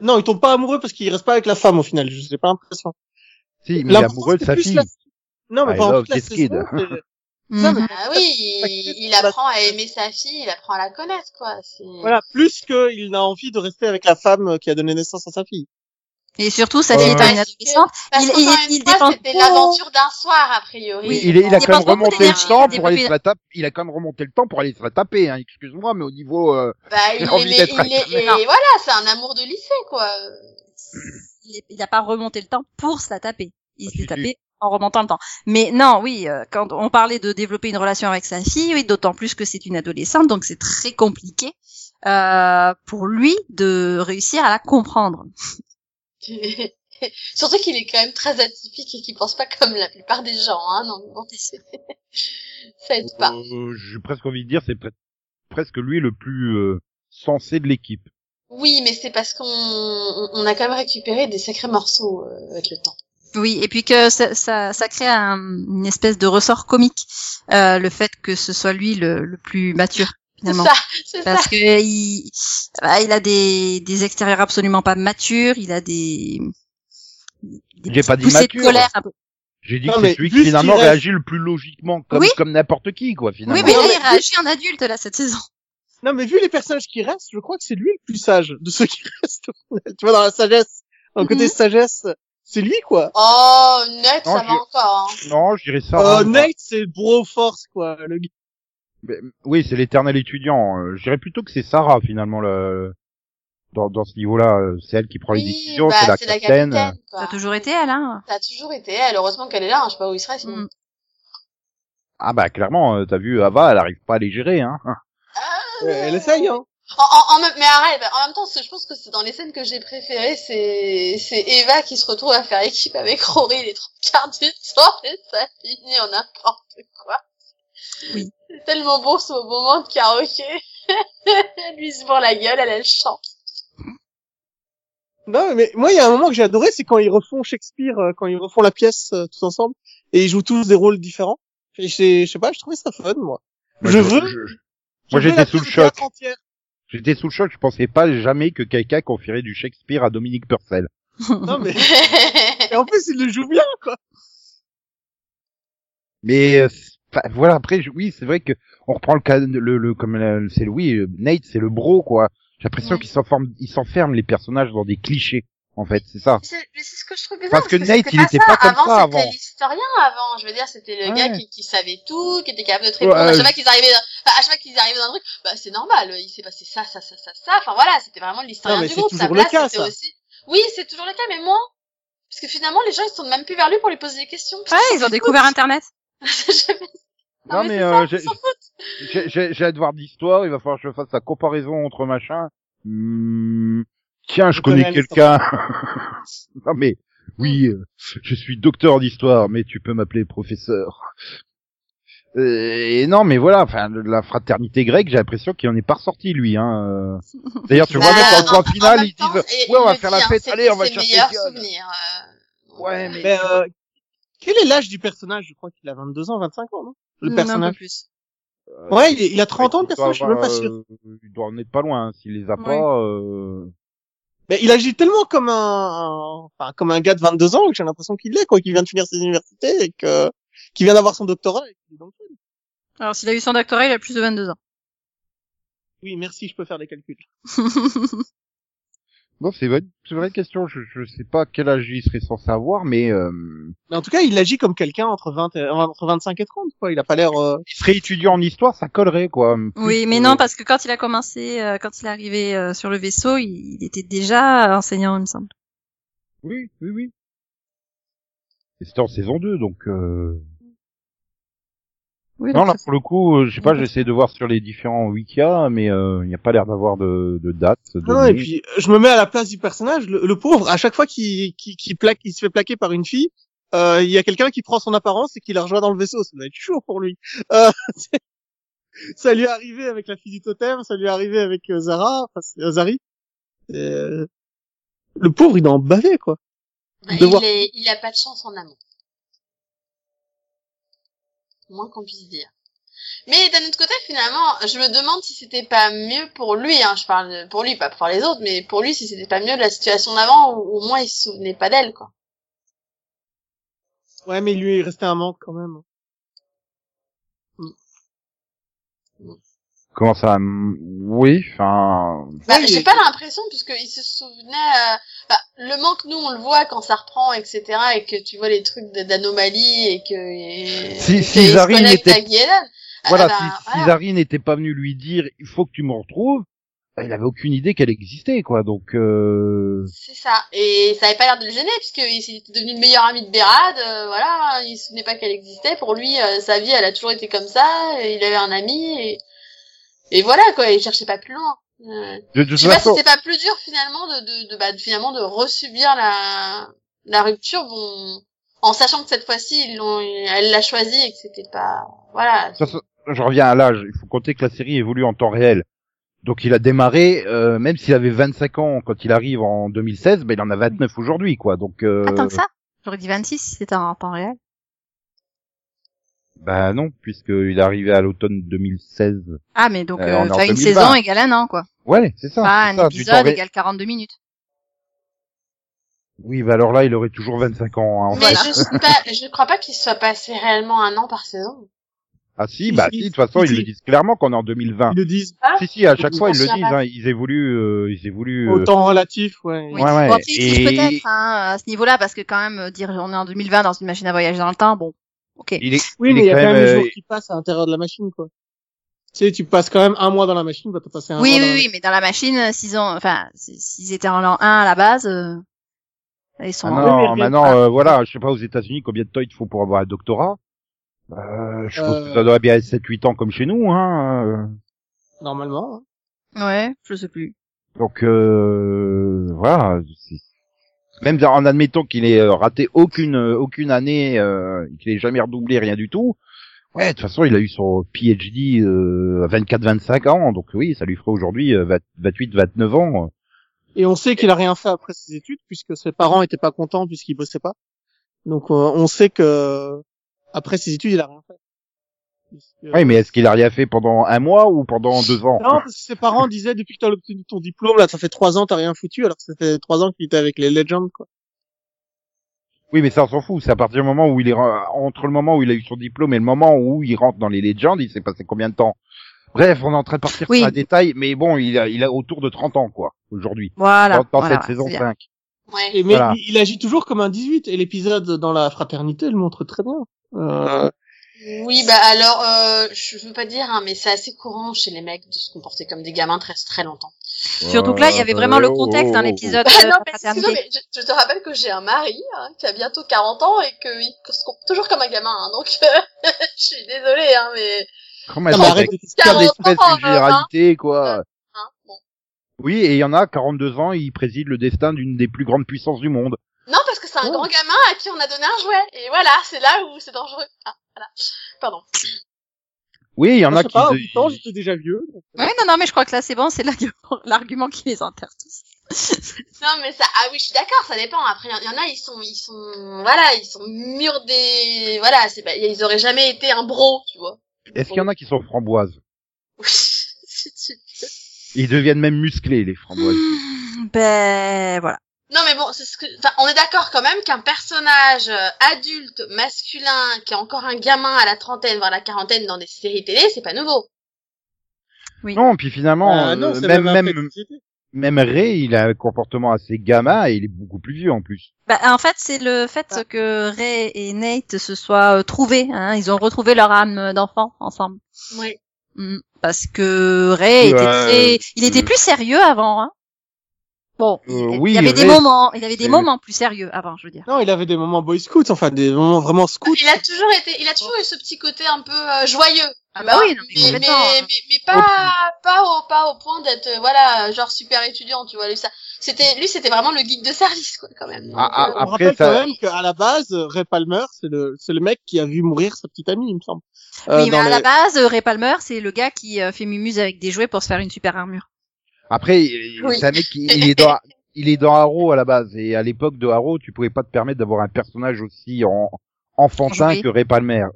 S3: Non, ils tombent pas amoureux parce qu'ils restent pas avec la femme, au final. Je n'ai pas l'impression.
S1: Si, mais il est
S3: L'important,
S1: amoureux de
S3: c'est
S1: sa
S3: plus
S1: fille.
S3: la- Non, mais
S1: I
S3: pendant
S1: love
S3: toute la
S1: this kid.
S3: saison, c'est- Ça, mais-
S2: Mhm.
S4: Ah oui, il, il
S3: Bah,
S4: apprend à aimer sa fille, il apprend à la connaître quoi. C'est-
S3: Voilà, plus qu'il n'a envie de rester avec la femme qui a donné naissance à sa fille.
S2: Et surtout, sa fille
S1: Euh,
S2: est pas une
S4: parce que-
S2: adolescente.
S4: Parce
S2: il-
S4: qu'encore
S2: il-
S4: une
S2: il
S4: fois,
S2: dépend
S4: c'était
S2: trop-
S4: l'aventure d'un soir a priori.
S1: Oui, il, est, il a quand
S2: il dépense
S1: même
S2: beaucoup
S1: remonté
S2: d'énergie,
S1: le temps
S2: il a
S1: pour aller
S2: développé-
S1: se la taper. Il a quand même remonté le temps pour aller se la taper. Hein. Excuse-moi, mais au niveau, euh,
S4: Bah, il
S1: J'ai envie
S4: aimait-
S1: d'être
S4: il
S1: avec
S4: est, et
S2: Non.
S4: voilà, c'est un amour de lycée quoi.
S2: il est- il a pas remonté le temps pour se la taper. Il
S1: Ah,
S2: se
S1: si,
S2: l'est
S1: si.
S2: tapé en remontant le temps. Mais non, oui, euh, quand on parlait de développer une relation avec sa fille, oui, d'autant plus que c'est une adolescente, donc c'est très compliqué euh, pour lui de réussir à la comprendre.
S4: Surtout qu'il est quand même très atypique et qu'il pense pas comme la plupart des gens, hein. Donc bon, ça aide pas.
S1: euh, j'ai presque envie de dire, c'est pre- presque lui le plus euh, sensé de l'équipe.
S4: Oui, mais c'est parce qu'on on on a quand même récupéré des sacrés morceaux euh, avec le temps.
S2: Oui, et puis que ça, ça, ça crée un- une espèce de ressort comique, euh, le fait que ce soit lui le, le plus mature
S4: C'est
S2: finalement.
S4: ça, c'est ça.
S2: parce que il, bah, il a des, des extérieurs absolument pas matures, il a des, des
S1: J'ai pas dit
S2: poussées de
S1: mature.
S2: colère. un peu.
S1: J'ai dit
S3: Non,
S1: que
S3: mais
S1: c'est celui qui
S3: juste
S1: finalement
S3: qu'il reste-
S1: réagit le plus logiquement, comme,
S2: Oui.
S1: comme n'importe qui, quoi, finalement.
S2: Oui, mais
S3: Non,
S2: là,
S3: mais-
S2: il réagit en adulte, là, cette saison.
S3: Non, mais vu les personnages qui restent, je crois que c'est lui le plus sage de ceux qui restent. au final. tu vois, dans la sagesse, dans le côté
S2: Mhm.
S3: sagesse, c'est lui, quoi.
S4: Oh, net,
S1: Non,
S4: ça
S1: je-
S4: va encore. hein.
S1: Non, je dirais ça.
S3: Euh,
S1: hein.
S3: Nate, c'est bro force, quoi. Le... gars.
S1: Ah, Mais- oui, c'est l'éternel étudiant. Euh, Je dirais plutôt que c'est Sarah, finalement, le... dans, dans ce niveau-là, euh, c'est elle qui prend les
S4: Oui,
S1: décisions,
S4: bah,
S1: c'est la capitaine.
S4: quoi.
S2: Ça a toujours été elle, hein.
S4: Ça a toujours été elle. Heureusement qu'elle est là. hein. Je sais pas où il serait sinon.
S2: Mm.
S1: Ah bah clairement, euh, t'as vu Ava, elle arrive pas à les gérer. Hein.
S3: Ouais, elle essaye, hein.
S4: En, en, en même- mais arrête, bah, en même temps, c'est- je pense que c'est dans les scènes que j'ai préférées, c'est, c'est Eva qui se retrouve à faire équipe avec Rory les trois quarts du temps et ça finit en n'importe quoi.
S2: Oui.
S4: C'est tellement beau ce moment de karaoké. elle lui se vend la gueule, elle, elle chante.
S3: Non, mais moi, il y a un moment que j'ai adoré, c'est quand ils refont Shakespeare, euh, quand ils refont la pièce euh, tous ensemble, et ils jouent tous des rôles différents. Et j'ai- je sais pas, je trouvais ça fun, moi.
S1: Moi,
S3: je veux.
S1: je- Moi,
S3: je veux
S1: j'étais
S3: la
S1: sous
S3: pièce
S1: le
S3: de théâtre
S1: choc.
S3: entière.
S1: J'étais sous le choc, je pensais pas jamais que quelqu'un confierait du Shakespeare à Dominique Purcell.
S3: Non, mais... et en plus, ils le jouent bien, quoi.
S1: Mais euh, c'est- enfin, voilà, après, je- oui, c'est vrai que on reprend le cas, de- le, le comme la- c'est le- oui, euh, Nate, c'est le bro quoi. J'ai l'impression
S4: Ouais.
S1: qu'ils s'enferment, ils s'enferment les personnages dans des clichés. En fait, c'est ça.
S4: C'est- Mais c'est ce que je trouve bizarre.
S1: Parce que Nate,
S4: c'était
S1: il
S4: pas
S1: était
S4: ça.
S1: pas comme ça
S4: avant.
S1: avant.
S4: C'était l'historien avant. Je veux dire, c'était le
S1: Ouais.
S4: gars qui, qui savait tout, qui était capable de te répondre.
S1: Ouais,
S4: à chaque
S1: je-
S4: fois qu'ils arrivaient, dans... enfin, à chaque fois qu'ils arrivaient dans un truc, bah, c'est normal. Il s'est passé ça, ça, ça, ça, ça. Enfin voilà, c'était vraiment l'historien
S3: Non, mais
S4: du
S3: c'est
S4: groupe. Sa
S3: toujours le
S4: place,
S3: cas,
S4: c'était
S3: ça.
S4: aussi. Oui, c'est toujours le cas, mais moins. Parce que finalement, les gens, ils se tournent même plus vers lui pour lui poser des questions.
S2: Ouais, ils ont découvert Internet.
S4: Non, mais c'est
S1: euh,
S4: Ils
S1: j'ai-
S4: s'en foutent.
S1: j'ai- j'ai j'ai à devoir d'histoire. Il va falloir que je fasse la comparaison entre machin. Hmm, tiens, je
S3: Je connais
S1: connais quelqu'un. non mais oui, euh, je suis docteur d'histoire, mais tu peux m'appeler professeur. Euh, Et non, mais voilà, enfin, le- la fraternité grecque, j'ai l'impression qu'il en est pas ressorti lui. Hein. euh. D'ailleurs, tu vois
S4: Bah,
S1: même dans le
S4: en-
S1: point
S4: en
S1: final,
S4: même
S1: ils
S4: temps,
S1: disent
S4: et
S1: euh, ouais, on
S4: il
S1: va
S4: le
S1: faire la
S4: dit, hein,
S1: fête,
S4: c'est-
S1: allez, on va
S4: c'est le
S1: chercher
S4: meilleur
S1: Diane.
S4: souvenir. euh,
S1: Ouais, mais-
S3: Mais, euh, quel est l'âge du personnage? Je crois qu'il a 22 ans, 25 ans, non? Le
S2: Non, Mmh, Un
S3: personnage.
S2: peu plus.
S3: Ouais, il, est- il a 30 ans, le
S1: Il doit
S3: personnage, je suis même pas
S1: avoir,
S3: sûr.
S1: euh, il doit en être pas loin. hein, S'il les a
S2: Ouais.
S1: pas, euh,
S3: Mais il agit tellement comme un, un- enfin, comme un gars de 22 ans que j'ai l'impression qu'il l'est, quoi, qu'il vient de finir ses universités et que, qu'il vient d'avoir son doctorat. et qu'il est dans le film.
S2: Alors, s'il a eu son doctorat, il a plus de 22 ans.
S3: Oui, merci, je peux faire les calculs.
S1: Non, c'est vrai, c'est une vraie question. Je, je sais pas quel âge il serait censé avoir, mais euh,
S3: Mais en tout cas, il agit comme quelqu'un entre 20, et- euh, entre 25 et 30, quoi. Il a pas l'air, euh,
S1: il serait étudiant en histoire, ça collerait quoi.
S2: oui,
S1: Plus
S2: mais
S1: que-
S2: non, parce que quand il a commencé, euh, quand il est arrivé euh, sur le vaisseau, il, il était déjà euh, enseignant, il me semble.
S1: Oui, oui, oui. Et C'était en saison 2, donc. Euh...
S2: Oui,
S1: Non,
S2: donc
S1: là
S2: ça-
S1: pour le coup, euh, je sais pas,
S2: Oui.
S1: j'essaie de voir sur les différents wikia, mais euh, il n'y a pas l'air d'avoir de, de date. De
S3: Ah non, et
S1: nom.
S3: puis je me mets à la place du personnage, le, le pauvre. À chaque fois qu'il qu'il qu'il plaque, il se fait plaquer par une fille, euh, il y a quelqu'un qui prend son apparence et qui la rejoint dans le vaisseau. Ça doit être chaud pour lui. Euh, c'est- ça lui est arrivé avec la fille du totem, ça lui est arrivé avec euh, Zara, enfin, c'est- euh, Zari. Euh, le pauvre, il est en bavé quoi. Devoir-
S4: Bah, Il, est, il a pas de chance en amont. Moins qu'on puisse dire. Mais d'un autre côté, finalement, je me demande si c'était pas mieux pour lui, hein, je parle pour lui, pas pour les autres, mais pour lui, si c'était pas mieux de la situation d'avant, où au moins il se souvenait pas d'elle, quoi.
S3: Ouais, mais lui, il restait un manque quand même.
S1: Comment ça hum, Oui, enfin.
S4: Bah,
S3: Oui,
S4: j'ai
S3: mais-
S4: pas l'impression, puisqu'il se souvenait, euh, bah, le manque, nous, on le voit quand ça reprend, etc., et que tu vois les trucs de- d'anomalie, et que, et,
S1: Si-
S4: et
S1: si
S4: qu'il se
S1: Zari
S4: connecte
S1: n'était-
S4: à Guylaine. Ah,
S1: Voilà,
S4: bah,
S1: si, si
S4: voilà.
S1: Zari n'était pas venu lui dire, il faut que tu me retrouves, bah, il avait aucune idée qu'elle existait, quoi. Donc. Euh...
S4: C'est ça. Et ça avait pas l'air de le gêner, puisqu'il était devenu le meilleur ami de Bérad, euh, voilà, il se souvenait pas qu'elle existait. Pour lui, euh, sa vie, elle a toujours été comme ça, et il avait un ami, et, et voilà, quoi, il cherchait pas plus loin. Euh,
S1: De, de toute
S4: je sais pas si
S1: façon-
S4: c'est pas plus dur, finalement, de, de, de, bah, de- finalement, de resubir la, la rupture, bon, en sachant que cette fois-ci, ils l'ont, elle l'a choisi et que c'était pas, voilà.
S1: Ça, ça- je reviens à l'âge. Il faut compter que la série évolue en temps réel. Donc il a démarré, euh, même s'il avait 25 ans quand il arrive en 2016, ben il en a 29 aujourd'hui, quoi. Donc euh,
S2: Attends que ça J'aurais dit 26 si c'était en temps réel.
S1: bah non, puisqu'il est arrivé à l'automne 2016.
S2: Ah, mais donc,
S1: Euh,
S2: euh,
S1: on est en
S2: t'as une
S1: 2020.
S2: saison égale un an, quoi.
S1: Ouais, c'est ça.
S2: Ah,
S1: c'est
S2: un
S1: ça, du temps
S2: épisode
S1: ré-
S2: égale 42 minutes.
S1: Oui, bah alors là, il aurait toujours 25 ans. hein, en
S4: Mais
S1: fait.
S2: Voilà.
S4: je sais pas, je crois pas qu'il soit passé réellement un an par saison.
S1: Ah si, bah
S3: Si,
S1: si, de toute façon,
S3: si,
S1: ils
S3: si.
S1: le disent clairement qu'on est en 2020.
S3: Ils le disent.
S4: Ah.
S1: Si, si, à chaque
S4: Je
S1: fois, ils
S4: pense
S1: le
S4: qu'il y
S1: disent.
S4: a
S1: hein, ils évoluent, euh, ils évoluent... euh,
S3: Au temps relatif, ouais.
S1: Ouais,
S2: Oui,
S1: ouais.
S2: Bon, après, ils trichent
S1: Et-
S2: peut-être hein, à ce niveau-là, parce que quand même, euh, dire on est en 2020 dans une machine à voyager dans le temps, bon, ok.
S1: Il est,
S3: Oui,
S1: il
S3: mais
S1: est
S3: il y a
S1: quand
S3: quand même
S1: même,
S3: des
S1: euh,
S3: jours qui passent à l'intérieur de la machine, quoi. Tu sais, tu passes quand même un mois dans la machine, bah t'as passé un
S2: Oui,
S3: mois. dans
S2: oui,
S3: la-
S2: oui, mais dans la machine, euh, s'ils ont, enfin, s- s'ils étaient en l'an 1 à la base, euh, ils sont.
S1: Ah
S2: en-
S1: non,
S3: Oui, mais-
S1: maintenant, euh, voilà, je sais pas aux États-Unis combien de temps il te faut pour avoir un doctorat. Euh, je pense que
S3: Euh.
S1: ça doit bien être 7-8 ans comme chez nous, hein. euh.
S3: Normalement. hein.
S2: Ouais, je sais plus.
S1: Donc euh, voilà, c'est- même en admettant qu'il ait euh, raté aucune euh, aucune année, euh, qu'il ait jamais redoublé rien du tout. Ouais, de toute façon, il a eu son PhD euh, à 24-25 ans, donc oui, ça lui ferait aujourd'hui 28-29 ans.
S3: Et on sait qu'il a rien fait après ses études puisque ses parents étaient pas contents puisqu'il bossait pas. Donc euh, on sait que après ses études il a rien fait. Puisque-
S1: Oui, mais est-ce qu'il a rien fait pendant un mois ou pendant deux ans
S3: Non, parce que ses parents disaient depuis que t'as obtenu ton diplôme là, ça fait trois ans t'as rien foutu alors que ça fait trois ans qu'il était avec les Legends quoi.
S1: Oui, mais ça, on s'en fout. C'est à partir du moment où il est re- entre le moment où il a eu son diplôme et le moment où il rentre dans les légendes, il s'est passé combien de temps Bref, on est en train de partir
S2: Oui.
S1: sur un détail, mais bon, il a, il a autour de 30 ans quoi aujourd'hui
S2: Voilà.
S1: dans, dans
S2: voilà,
S1: cette saison
S2: c'est bien.
S1: 5.
S4: Ouais.
S3: Et mais
S1: Voilà.
S3: il, il agit toujours comme un 18 et l'épisode dans la fraternité le montre très bien. Euh,
S4: Oui, bah alors, euh, je veux pas dire, hein, mais c'est assez courant chez les mecs de se comporter comme des gamins très très longtemps.
S2: Surtout que là, il y avait vraiment le contexte euh, dans
S1: Oh,
S2: l'épisode de
S4: Ah non,
S2: la
S4: mais,
S2: fraternité.
S4: sinon, mais je, je te rappelle que j'ai un mari hein, qui a bientôt 40 ans et qu'il se comporte toujours comme un gamin. hein, donc, je suis désolée, hein, mais...
S1: Comment
S3: non,
S1: elle
S3: mais
S1: fait
S3: arrête de
S1: avec- faire des
S4: Quarante
S1: espèces
S4: ans,
S1: de généralités quoi.
S4: hein, bon.
S1: Oui, et il y en a 42 ans, il préside le destin d'une des plus grandes puissances du monde.
S4: Non, parce que c'est un
S3: Oh.
S4: grand gamin à qui on a donné un jouet. Et voilà, c'est là où c'est dangereux. Ah, voilà. Pardon.
S1: Oui, il y en
S3: Moi,
S1: a
S3: je sais
S1: qui
S3: pas, à huit ans, j'étais déjà vieux.
S2: Ouais, non, non, mais je crois que là, c'est bon, c'est l'argument- l'argument qui les enterre tous.
S4: Non, mais ça, ah oui, je suis d'accord, ça dépend. Après, il y, en a, ils sont, ils sont, voilà, ils sont mûrs des, voilà, c'est pas, ils auraient jamais été un bro, tu vois.
S1: Est-ce qu'il y en a qui sont framboises
S4: Si tu-
S1: Ils deviennent même musclés les framboises.
S2: Mmh, ben, voilà.
S4: non, mais bon, c'est ce que, enfin, on est d'accord quand même qu'un personnage euh, adulte, masculin, qui est encore un gamin à la trentaine, voire la quarantaine dans des séries télé, c'est pas nouveau.
S2: Oui.
S1: Non, puis finalement,
S3: Euh, non,
S1: euh,
S3: c'est
S1: même,
S3: même après
S1: même,
S3: la société.
S1: même Ray, il a un comportement assez gamin et il est beaucoup plus vieux en plus.
S2: Bah, en fait, c'est le fait que Ray et Nate se soient euh, trouvés. Hein, ils ont retrouvé leur âme euh, d'enfant ensemble.
S4: Oui.
S2: Mm. Parce que Ray
S1: Ouais,
S2: était très... Il
S1: euh,
S2: était plus sérieux avant. Hein. Bon, il-
S1: Euh,
S2: il,
S1: oui,
S2: y avait des
S1: Ray,
S2: moments, il y avait des
S1: c'est-
S2: moments plus sérieux avant, je veux dire.
S3: Non, il avait des moments boy scout, enfin des moments vraiment scout.
S4: Il a toujours été, il a toujours eu ce petit côté un peu euh, joyeux.
S2: Ah
S4: tu
S2: bah
S4: vois.
S2: oui, non, mais
S4: mais, mais,
S2: complètement, hein.
S4: mais- mais pas, pas au, pas au point d'être, euh, voilà, genre super étudiant, tu vois. Lui, ça, c'était, lui, c'était vraiment le geek de service, quoi, quand même.
S1: Ah, ah,
S4: Donc, euh,
S3: On
S1: après,
S3: rappelle
S1: ça-
S3: quand même qu'à la base, Ray Palmer, c'est le, c'est le mec qui a vu mourir sa petite amie, il me semble. Euh,
S1: Ah,
S2: oui, mais
S3: dans
S2: à
S3: les-
S2: la base, euh, Ray Palmer, c'est le gars qui euh, fait mumuse avec des jouets pour se faire une super armure.
S1: Après, il-
S4: Oui.
S1: c'est un mec qui il est dans, il est dans Arrow à la base et à l'époque de Arrow, tu pouvais pas te permettre d'avoir un personnage aussi en, enfantin
S2: Joué. Mm.
S1: que Ray Palmer.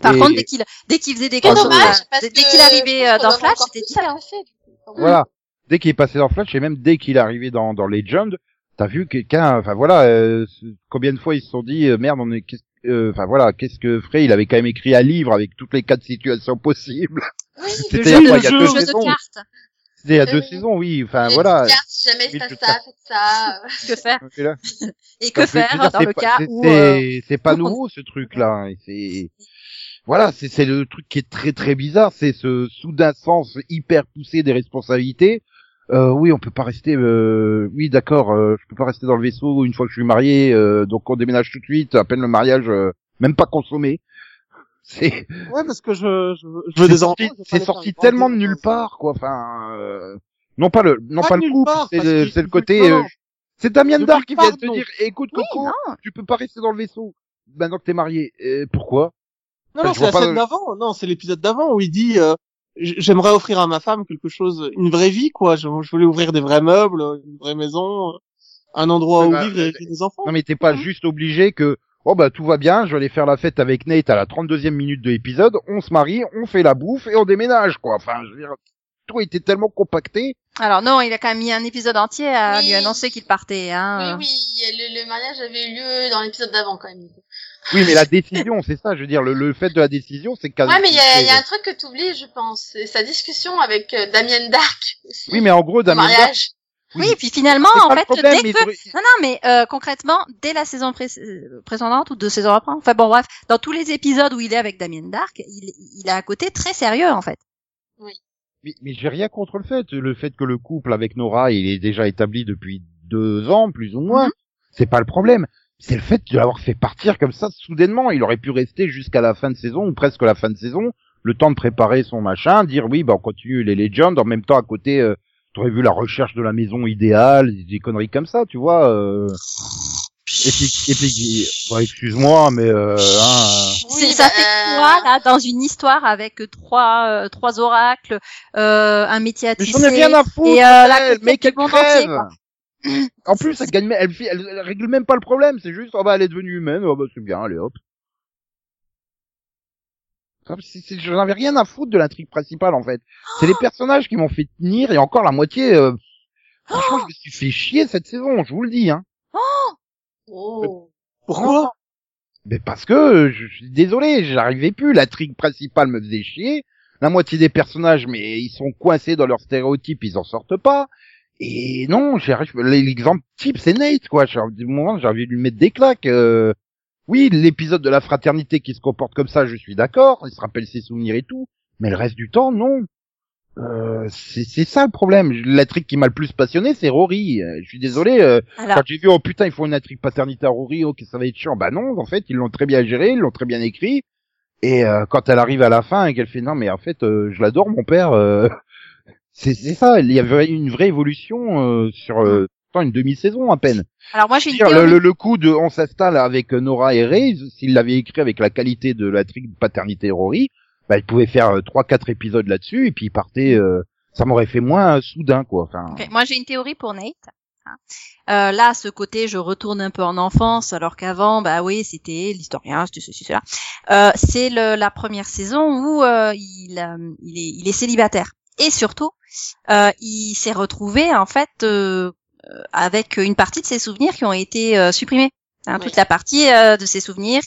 S2: Par
S1: Et-
S2: contre, dès qu'il dès qu'il faisait des
S4: C'est
S1: Ah,
S2: choses,
S4: dommage,
S2: euh,
S4: parce
S2: dès
S4: que
S2: dès qu'il arrivait
S4: je
S2: euh,
S4: pense qu'on
S2: dans
S4: aurait
S2: Flash,
S4: encore
S2: c'était
S4: plus à
S2: différent.
S4: lancer, du coup, quand même.
S1: Voilà. Dès qu'il est passé dans Flash et même dès qu'il est arrivé dans, dans Legend, t'as vu quelqu'un, enfin voilà, euh, ce- combien de fois ils se sont dit, euh, merde, on est, qu'est-ce- euh, enfin voilà, qu'est-ce que Frey, il avait quand même écrit un livre avec toutes les quatre situations possibles.
S4: Oui,
S1: C'était
S2: jeu-
S1: il y a
S2: le jeu-
S1: deux
S2: jeu de
S1: saisons.
S2: cartes.
S1: C'était il y a
S4: Oui,
S1: deux
S4: oui.
S1: saisons, oui, enfin
S4: Les
S1: Bah, voilà.
S4: petites cartes, ah, si jamais
S1: Oui,
S4: il se
S1: tout
S4: passe ça, faites ça.
S2: Que faire
S1: Et là,
S2: Et que
S1: Parce je veux
S2: faire
S1: dire,
S2: dans
S1: c'est
S2: le
S1: pas-
S2: cas
S1: c'est-
S2: où euh,
S1: c'est c'est pas nouveau ce truc là. C'est voilà, c'est c'est le truc qui est très très bizarre, c'est ce soudain sens hyper poussé des responsabilités. Euh, oui, on peut pas rester. euh, Oui, d'accord, euh, je peux pas rester dans le vaisseau une fois que je suis marié, euh, donc on déménage tout de suite. À peine le mariage, euh, même pas consommé. C'est
S3: Ouais, parce que je, je, veux- je
S1: c'est
S3: veux des enfants.
S1: sorti,
S3: je veux pas
S1: c'est
S3: les faire
S1: sorti
S3: grandir.
S1: tellement de nulle part, quoi. Enfin, euh, non pas le, non
S3: Pas
S1: pas,
S3: de
S1: le
S3: nulle
S1: couple,
S3: part,
S1: c'est
S3: parce
S1: le,
S3: qu'il-
S1: c'est le
S3: il-
S1: côté.
S3: non,
S1: euh,
S3: non.
S1: c'est Damien
S3: Depuis
S1: Dark qui vient
S3: le
S1: de
S3: pardon.
S1: te dire, écoute
S2: Oui,
S1: Coco,
S2: non.
S1: tu peux pas rester dans le vaisseau maintenant que t'es marié. Euh, pourquoi
S3: Non,
S1: Enfin,
S3: non,
S1: je
S3: c'est
S1: vois
S3: la
S1: pas
S3: scène
S1: le-
S3: d'avant. Non, c'est l'épisode d'avant où il dit euh, J- j'aimerais offrir à ma femme quelque chose, une vraie vie, quoi. Je, je voulais ouvrir des vrais meubles, une vraie maison, euh, un endroit
S1: Ouais,
S3: où
S1: bah,
S3: vivre et élever des enfants.
S1: Non mais t'es pas juste obligé que oh bah tout va bien, je vais aller faire la fête avec Nate à la 32e minute de l'épisode, on se marie, on fait la bouffe et on déménage quoi. Enfin, je veux dire, tout était tellement compacté.
S2: Alors non, il a quand même mis un épisode entier à
S4: Oui.
S2: lui annoncer qu'il partait.
S4: Oui,
S1: Ah.
S2: Hein.
S4: oui, le, le mariage avait eu lieu dans l'épisode d'avant, quand même.
S1: Oui, mais la décision, c'est ça, je veux dire le, le fait de la décision, c'est quasi
S4: Ouais, mais il y a,
S1: c'est-
S4: il y a un truc que t'oublies, je pense. C'est sa discussion avec euh, Damien Dark. aussi,
S1: Oui, mais en gros
S4: au
S1: Damien Dark,
S4: mariage.
S2: Oui, et puis finalement,
S1: c'est
S2: en
S1: pas le
S2: fait,
S1: problème,
S2: dès
S1: ils
S2: que...
S1: auraient-
S2: Non, non, mais euh, concrètement, dès la saison pré- euh, précédente ou deux saisons après, enfin bon, bref, dans tous les épisodes où il est avec Damien Dark, il, il a un côté très sérieux en fait.
S4: Oui.
S1: Mais, mais j'ai rien contre le fait, le fait que le couple avec Nora, il est déjà établi depuis deux ans, plus ou moins,
S2: Mhm.
S1: c'est pas le problème. C'est le fait de l'avoir fait partir comme ça, soudainement. Il aurait pu rester jusqu'à la fin de saison, ou presque la fin de saison, le temps de préparer son machin, dire oui, bah on continue les Legends, en même temps à côté, euh, t'aurais vu la recherche de la maison idéale, des- des conneries comme ça, tu vois. euh. Et puis, et puis, ouais, excuse-moi, mais euh, hein,
S4: Oui,
S2: ça
S4: bah,
S2: fait
S4: euh,
S2: quoi là dans une histoire avec trois euh, trois oracles, euh, un métier à
S1: Mais
S2: tisser
S1: j'en ai rien à foutre,
S2: et, euh, la
S1: elle,
S2: conquête
S1: mais qu'elle
S2: du monde
S1: crève.
S2: entier, quoi.
S1: En plus, elle, gagne, même- elle, fi- elle, elle règle même pas le problème, c'est juste, oh bah elle est devenue humaine, oh bah c'est bien, allez hop. Ça, c'est- c'est- J'en avais rien à foutre de l'intrigue principale en fait. C'est les personnages qui m'ont fait tenir et encore la moitié. euh, Franchement, je me suis fait chier cette saison, je vous le dis. Hein.
S4: Oh.
S3: Pourquoi
S1: Mais parce que euh, je suis désolé, j'arrivais plus. La trigue principale me faisait chier. La moitié des personnages, mais ils sont coincés dans leurs stéréotypes, ils en sortent pas. Et non, j'arrive. L'exemple type, c'est Nate, quoi. J'ai- Du moment, j'ai envie de lui mettre des claques. euh. Oui, l'épisode de la fraternité qui se comporte comme ça, je suis d'accord. Il se rappelle ses souvenirs et tout. Mais le reste du temps, non. Euh, c'est c'est ça le problème. La trigue qui m'a le plus passionné, c'est Rory. Euh, Je suis désolé. euh,
S2: Alors,
S1: quand j'ai vu, oh putain, ils font une intrigue paternité à Rory, ok, ça va être chiant. Bah non, en fait, ils l'ont très bien géré, ils l'ont très bien écrit. Et euh, quand elle arrive à la fin et qu'elle fait, non, mais en fait, euh, je l'adore, mon père, euh, c'est c'est ça, il y avait une vraie évolution euh, sur euh, pourtant une demi-saison à peine.
S2: alors moi j'ai une
S1: Dire, le,
S2: théorie.
S1: le, le coup de on s'installe avec euh, Nora et Ray, s'il l'avait écrit avec la qualité de l'intrigue paternité Rory, bah, il pouvait faire euh, trois, quatre épisodes là-dessus et puis il partait... euh, ça m'aurait fait moins euh, soudain, quoi. Enfin,
S2: Ok, Moi j'ai une théorie pour Nate. hein. Euh, là, ce côté, je retourne un peu en enfance, alors qu'avant, bah oui, c'était l'historien, c'était ceci, cela. Euh, c'est le- la première saison où euh, il, euh, il, est, il est célibataire. Et surtout, euh, il s'est retrouvé en fait euh, euh, avec une partie de ses souvenirs qui ont été euh, supprimés. Hein,
S4: Oui.
S2: Toute la partie euh, de ses souvenirs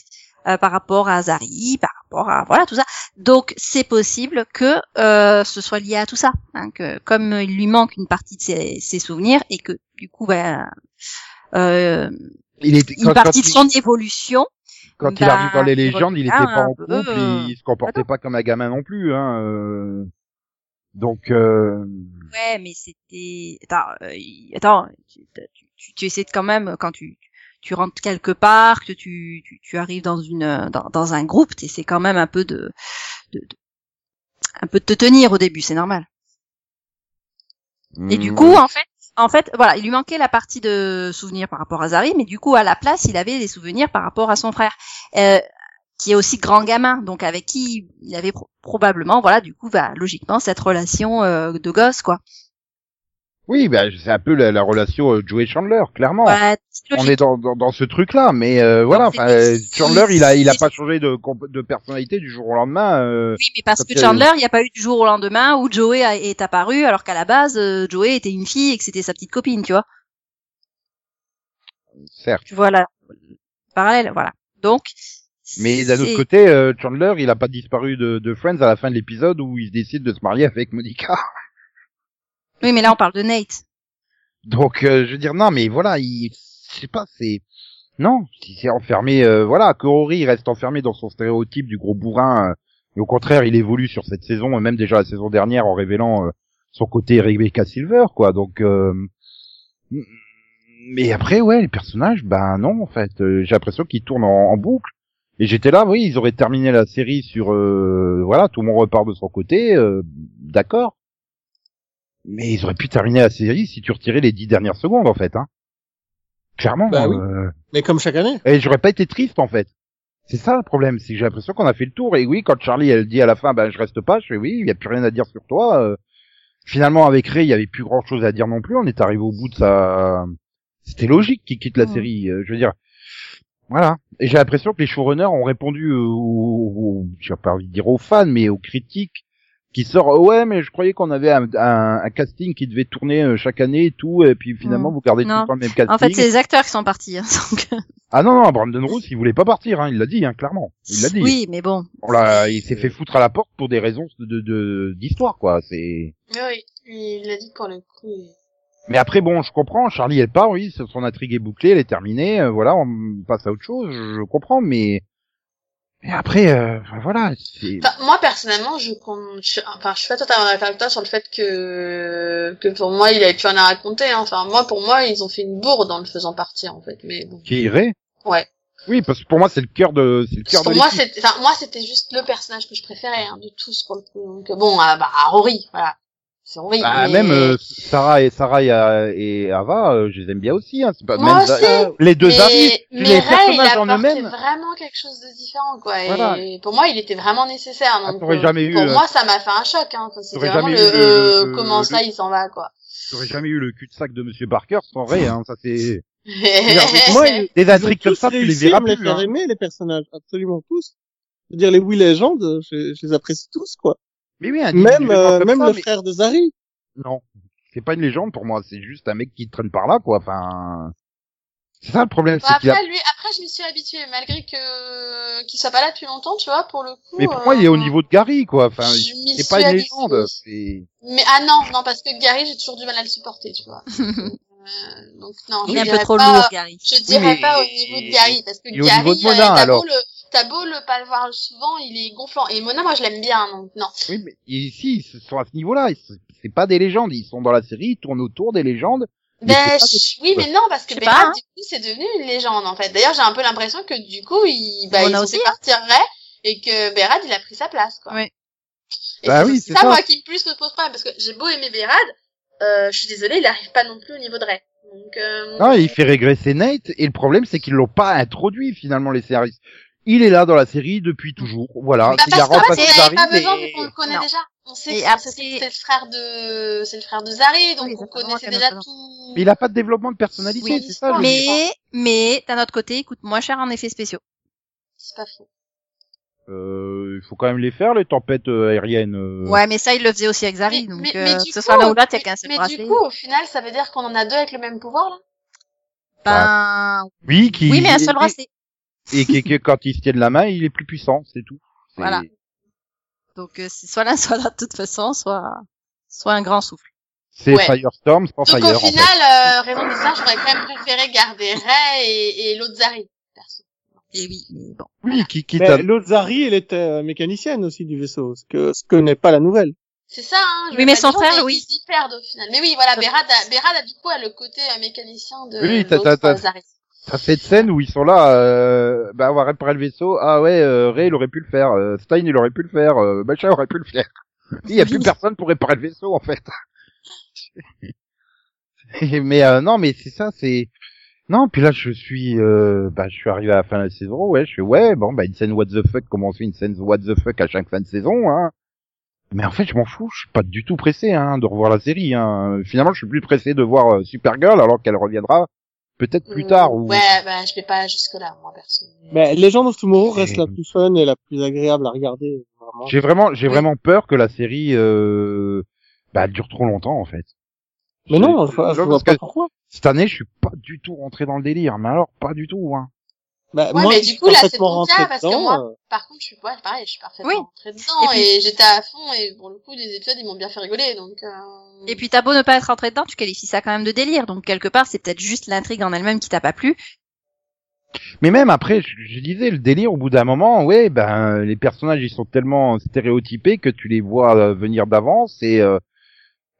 S2: euh, par rapport à Zari, par rapport à voilà tout ça. Donc c'est possible que euh, ce soit lié à tout ça, hein, que comme il lui manque une partie de ses, ses souvenirs et que du coup ben euh,
S1: il était
S2: une partie de son évolution.
S1: quand il
S2: Bah,
S1: arrive dans les légendes, il était
S2: voilà,
S1: pas en
S2: un peu, euh,
S1: couple, il, il se comportait pas comme un gamin non plus. Hein, euh. Donc, euh,
S2: Ouais, mais c'était attends, euh, il- attends, tu, tu, tu, tu essaies de quand même euh, quand tu tu rentres quelque part, que tu tu, tu arrives dans une euh, dans, dans un groupe, tu essaies quand même un peu de, de, de- un peu de te tenir au début, c'est normal. Et du
S1: hmm,
S2: coup, en fait, en fait, voilà, il lui manquait la partie de souvenirs par rapport à Zari, mais du coup, à la place, il avait des souvenirs par rapport à son frère, euh, qui est aussi grand gamin, donc avec qui il avait pro- probablement, voilà, du coup, bah, logiquement, cette relation euh, de gosse, quoi.
S1: oui, bah, c'est un peu la, la relation euh, Joey Chandler, clairement.
S2: Voilà,
S1: On est dans, dans, dans ce truc-là, mais euh, voilà.
S2: c'est-
S1: enfin, euh,
S2: c'est-
S1: Chandler, il a, il a
S2: c'est-
S1: pas changé de, comp- de personnalité du jour au lendemain. euh,
S2: Oui, mais parce
S1: Quand
S2: que
S1: il y a eu-
S2: Chandler, il n'y a pas eu du jour au lendemain où Joey a- est apparu, alors qu'à la base, euh, Joey était une fille et que c'était sa petite copine, tu vois.
S1: certes,
S2: Tu vois là, parallèle, voilà. Donc,
S1: mais d'un
S2: c'est-
S1: autre côté, euh, Chandler, il a pas disparu de, de Friends à la fin de l'épisode où il décide de se marier avec Monica.
S2: Oui, mais là, on parle de Nate.
S1: Donc, euh, je veux dire, non, mais voilà, il, je sais pas, c'est, non, il s'est enfermé, euh, voilà, que Rory reste enfermé dans son stéréotype du gros bourrin, euh, et au contraire, il évolue sur cette saison, et même déjà la saison dernière, en révélant euh, son côté Rebecca Silver, quoi, donc, euh, mm, mais après, ouais, les personnages, ben non, en fait, euh, j'ai l'impression qu'ils tournent en, en boucle, et j'étais là, oui, ils auraient terminé la série sur, euh, voilà, tout le monde repart de son côté, euh, d'accord, mais ils auraient pu terminer la série si tu retirais les dix dernières secondes, en fait. Hein. Clairement.
S3: Bah oui.
S1: euh,
S3: Mais comme chaque année.
S1: Et j'aurais pas été triste, en fait. C'est ça le problème, c'est que j'ai l'impression qu'on a fait le tour. Et oui, quand Charlie, elle dit à la fin, ben je reste pas, je fais oui, il y a plus rien à dire sur toi. euh. Finalement, avec Ray, il y avait plus grand chose à dire non plus. On est arrivé au bout de sa... C'était logique qu'il quitte la
S2: Mhm.
S1: série, euh, je veux dire. Voilà. Et j'ai l'impression que les showrunners ont répondu euh, aux, aux- j'ai pas envie de dire aux fans, mais aux critiques qui sort euh, ouais mais je croyais qu'on avait un, un- un casting qui devait tourner euh, chaque année et tout et puis finalement
S2: Mhm.
S1: vous gardez
S2: Non.
S1: tout le temps le même casting
S2: En fait, c'est les acteurs qui sont partis. hein, donc,
S1: ah non, non, Brandon Roos, il voulait pas partir, hein, il l'a dit, hein, clairement. Il l'a dit.
S2: oui, mais bon.
S1: On l'a- il s'est fait foutre à la porte pour des raisons de de- d'histoire, quoi. C'est.
S4: Oui, il l'a dit pour le coup.
S1: Mais après, bon, je comprends. Charlie, elle part, oui, son intrigue est bouclée, elle est terminée. euh, voilà, on passe à autre chose. Je comprends, mais Mais après, euh, enfin, voilà. c'est-
S4: Enfin, moi personnellement, je, con- je, enfin, je suis pas totalement d'accord avec toi sur le fait que que pour moi il avait plus rien à raconter. hein. Enfin, moi pour moi ils ont fait une bourde en le faisant partir en fait. Mais bon.
S1: Qui irait
S4: Ouais.
S1: Oui, parce que pour moi, c'est le cœur de, c'est le cœur de
S4: Pour moi
S1: l'équipe.
S4: c'était, enfin, moi c'était juste le personnage que je préférais hein, de tous pour le coup. Donc bon, ah, bah Rory, voilà, c'est Rory.
S1: Bah,
S4: mais-
S1: même euh, Sarah et Sarah et, euh, et Ava, euh, je les aime bien aussi. Hein. C'est pas
S4: Moi
S1: même
S4: aussi.
S1: les deux
S4: mais,
S1: amis,
S4: mais
S1: les
S4: Ray,
S1: personnages
S4: il
S1: en
S4: apportait
S1: eux-mêmes.
S4: vraiment quelque chose de différent quoi. Et
S1: Voilà.
S4: pour moi il était vraiment nécessaire.
S1: Ah,
S4: Donc,
S1: t'aurais
S4: euh,
S1: jamais eu,
S4: pour
S1: euh,
S4: moi ça m'a fait un choc. Hein. Enfin, C'était
S1: t'aurais
S4: vraiment le,
S1: jamais eu le-
S4: euh,
S1: le-
S4: comment
S1: le-
S4: ça il s'en va quoi.
S1: J'aurais jamais eu le cul-de-sac de Monsieur Parker sans Ray. Hein. Ça c'est
S3: Moi, ils-
S1: des
S3: Ils ont
S1: intrigues comme
S3: tous
S1: ça, tu les
S3: réussi
S1: verras
S3: à me les
S1: plus.
S3: faire
S1: hein.
S3: aimer, les personnages, absolument tous. Je veux dire, les Wii Legends, je, je les apprécie tous, quoi.
S1: Mais oui, un
S3: Même,
S1: individu
S3: euh,
S1: comme
S3: même
S1: ça,
S3: le
S1: mais-
S3: frère de Zari.
S1: Non, c'est pas une légende pour moi. C'est juste un mec qui traîne par là, quoi. Enfin, c'est ça le problème,
S4: Bah,
S1: c'est qu'il a.
S4: après, lui, après, je m'y suis habituée, malgré que euh, qu'il soit pas là depuis longtemps, tu vois, pour le coup. euh,
S1: Mais pour moi, il est au niveau de Gary, quoi. Enfin,
S4: je m'y
S1: c'est
S4: suis
S1: pas une
S4: habituée.
S1: légende. C'est.
S4: Mais ah non, non, parce que Gary, j'ai toujours du mal à le supporter, tu vois. Euh, donc non,
S2: Il
S4: je
S2: est un peu
S4: dirais
S2: trop
S4: pas,
S2: lourd, Gary.
S4: Je dirais
S1: mais-
S4: pas au niveau de Gary, parce que
S1: et au niveau de
S4: Gary, euh,
S1: Mona,
S4: t'as
S1: alors.
S4: beau le, t'as beau le pas le voir souvent, il est gonflant. Et Mona, moi, je l'aime bien, donc non.
S1: Oui, mais ici, ils sont à ce niveau-là. Ils sont- C'est pas des légendes. Ils sont dans la série, ils tournent autour des légendes. Mais
S4: Ben,
S1: c'est pas
S4: je- oui, mais non, parce que
S2: Je sais pas,
S4: Bernard,
S2: hein.
S4: du coup, c'est devenu une légende, en fait. D'ailleurs, j'ai un peu l'impression que, du coup, il, bah,
S2: On
S4: ils
S2: a
S4: ont
S2: aussi, hein.
S4: fait partir Ray, et que Bérad, il a pris sa place, quoi.
S2: Oui.
S4: Et
S1: Bah
S4: c'est
S1: oui,
S4: aussi
S1: c'est
S4: ça,
S1: ça.
S4: moi, qui me plus me pose problème, parce que j'ai beau aimer Bérad, euh, je suis désolée, il arrive pas non plus au niveau de Ray. Donc, euh,
S1: Non, Ah, il fait régresser Nate. Et le problème, c'est qu'ils l'ont pas introduit finalement les services. Il est là dans la série depuis toujours. Voilà.
S4: bah, parce
S1: il a
S4: qu'en fait,
S1: remplacé
S4: on n'avait
S1: Zary.
S4: pas
S2: mais-
S4: besoin, vu qu'on le connaît
S2: Non.
S4: déjà. On sait
S2: Et
S4: que
S2: après-
S4: c'est c'est le frère de, c'est le frère de Zari, donc
S2: Oui, ça
S4: on
S2: fait longtemps
S4: connaissait
S2: qu'elle
S4: déjà
S2: est présente.
S4: tout.
S1: Mais il a pas de développement de personnalité,
S4: Oui,
S1: c'est ça. le-
S2: Mais, mais, d'un autre côté, il coûte moins cher en effets spéciaux.
S4: C'est pas faux.
S1: Euh, il faut quand même les faire les tempêtes euh, aériennes. euh.
S2: Ouais, mais ça, il le faisait aussi avec Zari,
S4: Mais-
S2: donc,
S4: mais-
S2: euh,
S4: mais du
S2: ce
S4: coup,
S2: sera là ou là, t'as
S4: mais-
S2: qu'un seul
S4: Mais
S2: bracelet.
S4: du coup, au final, ça veut dire qu'on en a deux avec le même pouvoir, là?
S2: ben,
S1: Oui, qui.
S2: oui, mais un seul bracelet.
S1: Et qui, qui- quand il se tient de la main, il est plus puissant, c'est tout. C'est-
S2: Voilà. Donc, euh, c'est soit l'un, soit l'autre, de toute façon, soit, soit un grand souffle.
S1: C'est
S4: Ouais.
S1: Firestorm sans
S4: Donc
S1: Fire.
S4: au
S1: en fait.
S4: final, euh, raison de ça, j'aurais quand même préféré garder Ray et, et l'autre Zari. perso.
S2: Et Eh oui, mais bon.
S1: Oui, qui quitte. à-
S3: Mais L'autre Zari, elle était euh, mécanicienne aussi du vaisseau, ce que, ce que n'est pas la nouvelle.
S4: C'est ça, hein. je
S2: Oui,
S4: veux
S2: mais
S4: pas
S2: son
S4: dire,
S2: frère,
S4: mais
S2: oui.
S4: Ils y perdent au final. Mais oui, voilà, Bérad a, Bérad a du coup a le côté euh, mécanicien de
S1: Oui, t'as-
S4: l'autre
S1: t'as-
S4: euh,
S1: t'as-
S4: Zari.
S1: T'as cette scène où ils sont là, euh, bah on va réparer le vaisseau. Ah ouais, euh, Ray il aurait pu le faire, euh, Stein il aurait pu le faire, euh, Machin aurait pu le faire. Il y a plus personne pour réparer le vaisseau en fait. mais euh, non, mais c'est ça, c'est non. Puis là je suis, euh, bah je suis arrivé à la fin de la saison. Ouais, je suis ouais, bon bah une scène what the fuck, comment on fait une scène what the fuck à chaque fin de saison, hein. Mais en fait, je m'en fous, je suis pas du tout pressé hein, de revoir la série. Hein. Finalement, je suis plus pressé de voir euh, Supergirl alors qu'elle reviendra peut-être plus
S4: Mm,
S1: tard ou
S4: Ouais, bah je vais pas jusque là, moi perso.
S3: Mais Legend of Tomorrow
S1: C'est-
S3: reste la plus fun et la plus agréable à regarder, vraiment.
S1: J'ai vraiment, j'ai
S2: Oui.
S1: vraiment peur que la série, euh, bah, elle dure trop longtemps en fait.
S3: Mais non, je,
S1: Je-
S3: vois- je
S1: non,
S3: vois
S1: parce
S3: pas
S1: que-
S3: pourquoi.
S1: Cette année, je suis pas du tout rentré dans le délire, mais alors pas du tout. Hein.
S3: Bah,
S4: Ouais,
S3: moi,
S4: mais
S3: je
S4: du
S3: suis
S4: coup, là, c'est
S3: parfaitement
S4: ton
S3: rentré
S4: cas, parce que
S3: dedans,
S4: moi,
S3: euh,
S4: Par contre, je suis ouais, pareil, je suis parfaitement
S2: Oui.
S4: rentrée dedans
S2: Et puis-
S4: et, j'étais à fond et pour le coup, les épisodes ils m'ont bien fait rigoler donc. euh,
S2: Et puis t'as beau ne pas être rentré dedans, tu qualifies ça quand même de délire. Donc quelque part, c'est peut-être juste l'intrigue en elle-même qui t'a pas plu.
S1: Mais même après, je, je disais le délire au bout d'un moment, ouais, ben les personnages ils sont tellement stéréotypés que tu les vois euh, venir d'avance et, euh,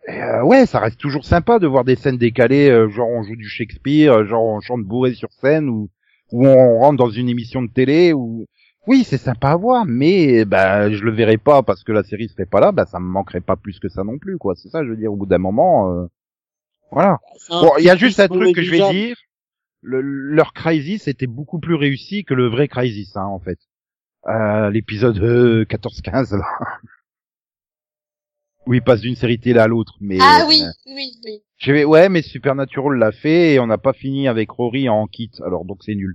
S1: et, euh, ouais, ça reste toujours sympa de voir des scènes décalées, euh, genre on joue du Shakespeare, euh, genre on chante bourré sur scène ou ou on rentre dans une émission de télé ou oui, c'est sympa à voir, mais ben je le verrai pas parce que la série serait pas là, ben ça me manquerait pas plus que ça non plus quoi. C'est ça, je veux dire au bout d'un moment euh, voilà.
S3: c'est un
S4: Hein,
S1: Bon, il y a
S3: petit
S1: juste un
S3: peu
S1: truc que je vais
S3: négligeable.
S1: dire. Le, leur Crisis était beaucoup plus réussi que le vrai Crisis, hein, en fait. Euh, L'épisode euh, 14-15, là. Où ils passent d'une série télé à l'autre. Mais,
S4: Ah oui,
S1: euh,
S4: oui, oui.
S1: je vais, ouais, mais Supernatural l'a fait et on n'a pas fini avec Rory en kit, alors donc c'est nul.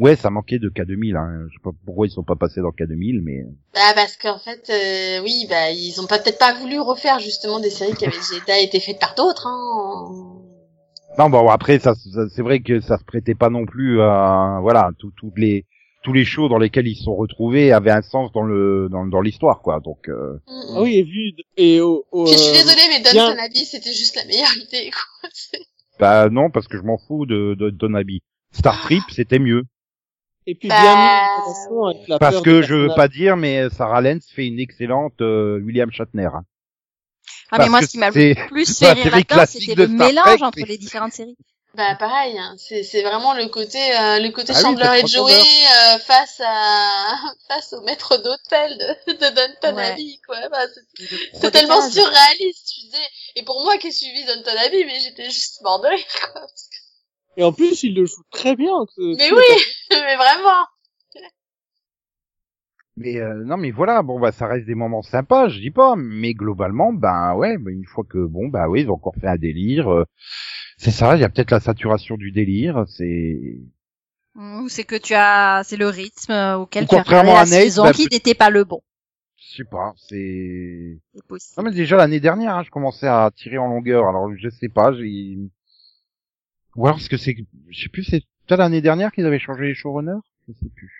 S1: Ouais, ça manquait de K2000, hein. Je sais pas pourquoi ils sont pas passés dans K2000, mais...
S4: Bah parce qu'en fait, euh, oui, bah ils ont pas peut-être pas voulu refaire justement des séries qui avaient déjà été faites par d'autres. Hein.
S1: Non, bon, après, ça, ça- c'est vrai que ça se prêtait pas non plus à, voilà, tout- toutes les, tous les shows dans lesquels ils se sont retrouvés avaient un sens dans le, dans, dans l'histoire, quoi. Donc, euh,
S4: Mm.
S3: Ah oui, et vu, de- et au, au,
S4: Puis je suis
S3: euh,
S4: désolée, mais
S3: bien.
S4: Downton Abbey, c'était juste la meilleure idée. quoi. C'est-
S1: bah, non, parce que je m'en fous de, de, Donabi. Star Trip, c'était mieux.
S3: Et puis
S4: Bah,
S3: bien mis, de toute façon, avec la
S1: Parce
S3: peur
S1: que
S3: du
S1: je veux
S3: personnage.
S1: pas dire, mais euh, Sarah Lens fait une excellente euh, William Shatner. hein.
S2: Ah,
S1: Parce
S2: mais moi,
S1: que
S2: ce qui m'a le
S1: c'est-
S2: plus
S1: c'est la série
S2: fait rire là-dedans,
S1: classique
S2: c'était
S1: de
S2: le
S1: Star
S2: mélange
S1: Trek,
S2: entre
S1: mais-
S2: les différentes séries.
S4: Bah pareil, hein. c'est c'est vraiment le côté euh, le côté
S1: Ah oui,
S4: Chandler
S1: c'est
S4: et
S1: le
S4: Joey euh, face à face au maître d'hôtel de, de Downton
S2: Ouais.
S4: Abbey quoi. Bah, c'est-
S2: Trop
S4: c'est tellement
S2: d'étages.
S4: surréaliste, tu disais. Et pour moi qui ai suivi Downton Abbey, mais j'étais juste mort de rire, quoi.
S3: Et en plus, il le joue très bien. ce-
S4: Mais
S3: ce-
S4: oui, mais vraiment.
S1: Mais euh, non, mais voilà, bon bah ça reste des moments sympas, je dis pas, mais globalement, ben ouais, ben, une fois que bon bah oui, ils ont encore fait un délire, euh, c'est ça, il y a peut-être la saturation du délire, c'est
S2: Ou c'est que tu as, c'est le rythme euh, auquel
S1: Ou
S2: tu as regardé
S1: contrairement
S2: la
S1: à Nate,
S2: saison
S1: bah,
S2: qui
S1: peut-
S2: n'était pas le bon.
S1: je sais pas, c'est
S2: C'est possible.
S1: non mais déjà l'année dernière, hein, je commençais à tirer en longueur, alors je sais pas, j'ai ou alors ce que c'est, je sais plus, c'est peut-être l'année dernière qu'ils avaient changé les showrunners, je sais plus.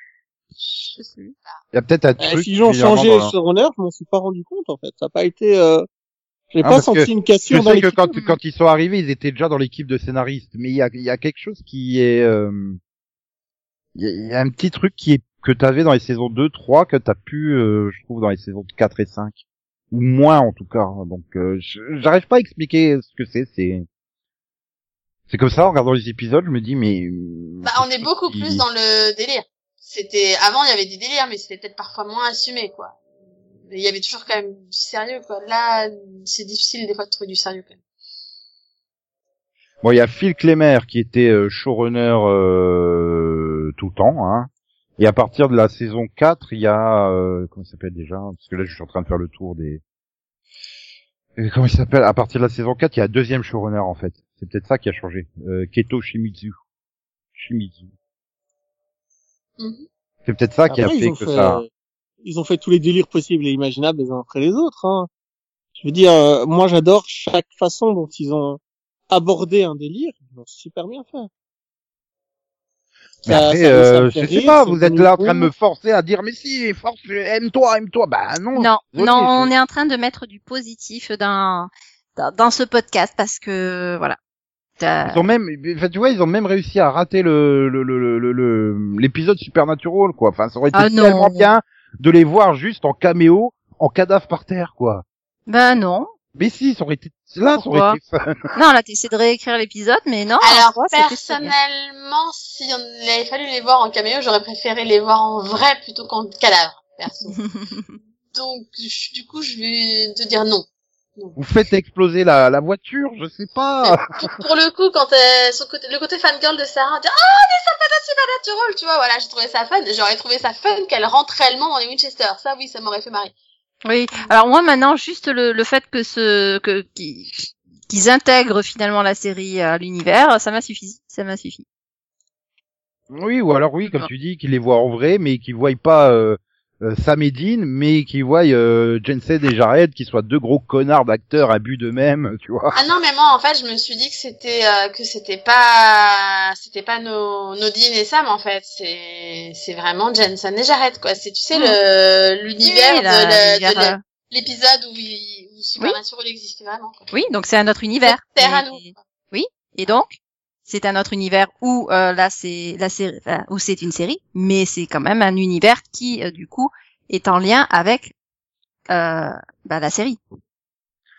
S2: Je sais.
S1: Il y a peut-être un
S3: Euh,
S1: truc.
S3: S'ils ont
S1: bizarrement
S3: changé
S1: dans
S3: le
S1: la-
S3: showrunner, je m'en suis pas rendu compte, en fait. Ça n'a pas été, euh... J'ai
S1: Ah,
S3: pas
S1: parce
S3: senti
S1: que
S3: une
S1: Je
S3: cassure dans
S1: sais
S3: les
S1: que quand,
S2: Mhm.
S1: quand ils sont arrivés, ils étaient déjà dans l'équipe de scénaristes, mais il y a, il y a quelque chose qui est... euh, Il y, a- il y a un petit truc qui est que t'avais dans les saisons 2, 3, que t'as pu, euh, je trouve, dans les saisons 4 et 5. Ou moins, en tout cas. Donc, euh, je- j'arrive pas à expliquer ce que c'est. C'est c'est comme ça, en regardant les épisodes, je me dis, mais... euh,
S4: Bah, on est beaucoup
S1: qui-
S4: plus dans le délire. C'était avant, il y avait des délires, mais c'était peut-être parfois moins assumé, quoi. Mais Il y avait toujours quand même du sérieux, quoi. Là, c'est difficile des fois de trouver du sérieux, quand même.
S1: Bon, il y a Phil Klemmer qui était euh, showrunner euh, tout le temps. Hein. Et à partir de la saison 4, il y a... euh, comment il s'appelle déjà Parce que là, je suis en train de faire le tour des... Euh, Comment il s'appelle À partir de la saison 4, il y a un deuxième showrunner, en fait. C'est peut-être ça qui a changé. Euh, Keto Shimizu. Shimizu.
S4: Mhm.
S1: C'est peut-être ça qui a
S3: Après,
S1: fait
S3: ils ont euh,
S1: que ça...
S3: Ils ont fait tous les délires possibles et imaginables les uns après les autres. Hein. Je veux dire, euh, moi j'adore chaque façon dont ils ont abordé un délire. Ils l'ont super bien fait.
S1: Mais
S3: Ça-
S1: après,
S3: ça- ça me
S1: euh,
S3: fait
S1: je sais
S3: rire,
S1: pas,
S3: c'est
S1: vous êtes là en train de
S3: nouveau.
S1: me forcer à dire « Mais si, force, aime-toi, aime-toi » Bah non
S2: Non,
S1: Ok,
S2: non,
S1: je-
S2: on est en train de mettre du positif dans dans, dans ce podcast parce que voilà. T'as-
S1: Ils ont même, enfin, tu vois, ils ont même réussi à rater le le- le- le- le- l'épisode Supernatural, quoi. Enfin, ça aurait été
S2: Ah non.
S1: tellement bien de les voir juste en caméo, en cadavre par terre, quoi.
S2: Ben non.
S1: Mais si, ça aurait été là, ça
S2: Pourquoi
S1: aurait été fun.
S2: Non, là, t'essaies de réécrire l'épisode, mais non. en
S4: Alors,
S2: soi, Ah, c'était très bien.
S4: personnellement, si on il avait fallu les voir en caméo, j'aurais préféré les voir en vrai plutôt qu'en cadavre, perso. Donc, je- du coup, je vais te dire non.
S1: Vous faites exploser la, la voiture, je sais pas.
S4: pour, pour le coup, quand euh, son côté, le côté fangirl de Sarah, dire Ah, des sympathies naturelles, tu vois, voilà, j'ai trouvé ça fun. J'aurais trouvé ça fun qu'elle rentre réellement dans les Winchester. Ça, oui, ça m'aurait fait marrer.
S2: Oui. Alors moi maintenant, juste le, le fait que ce que qui- qu'ils intègrent finalement la série à l'univers, ça m'a suffi. Ça m'a suffi.
S1: Oui, ou alors oui, comme
S2: Ah.
S1: tu dis, qu'ils les voient en vrai, mais qu'ils voient pas euh, euh, Sam et Dean, mais qu'ils voient euh, Jensen et Jared, qui soient deux gros connards d'acteurs à but d'eux-mêmes, tu vois.
S4: Ah non, mais moi, en fait, je me suis dit que c'était euh, que c'était pas c'était pas nos nos Dean et Sam en fait. C'est c'est vraiment Jensen et Jared quoi. C'est tu sais
S2: Mm.
S4: le l'univers
S2: Oui,
S4: de
S2: la-
S4: la-
S2: l'univers,
S4: de la-
S2: euh,
S4: l'épisode où, il- où Supernatural existait vraiment. Quoi.
S2: Oui, donc c'est un autre univers.
S4: Terre à
S2: Et-
S4: nous.
S2: Et donc, c'est un autre univers où euh, là c'est la série, enfin, où c'est une série, mais c'est quand même un univers qui euh, du coup est en lien avec euh, bah, la série.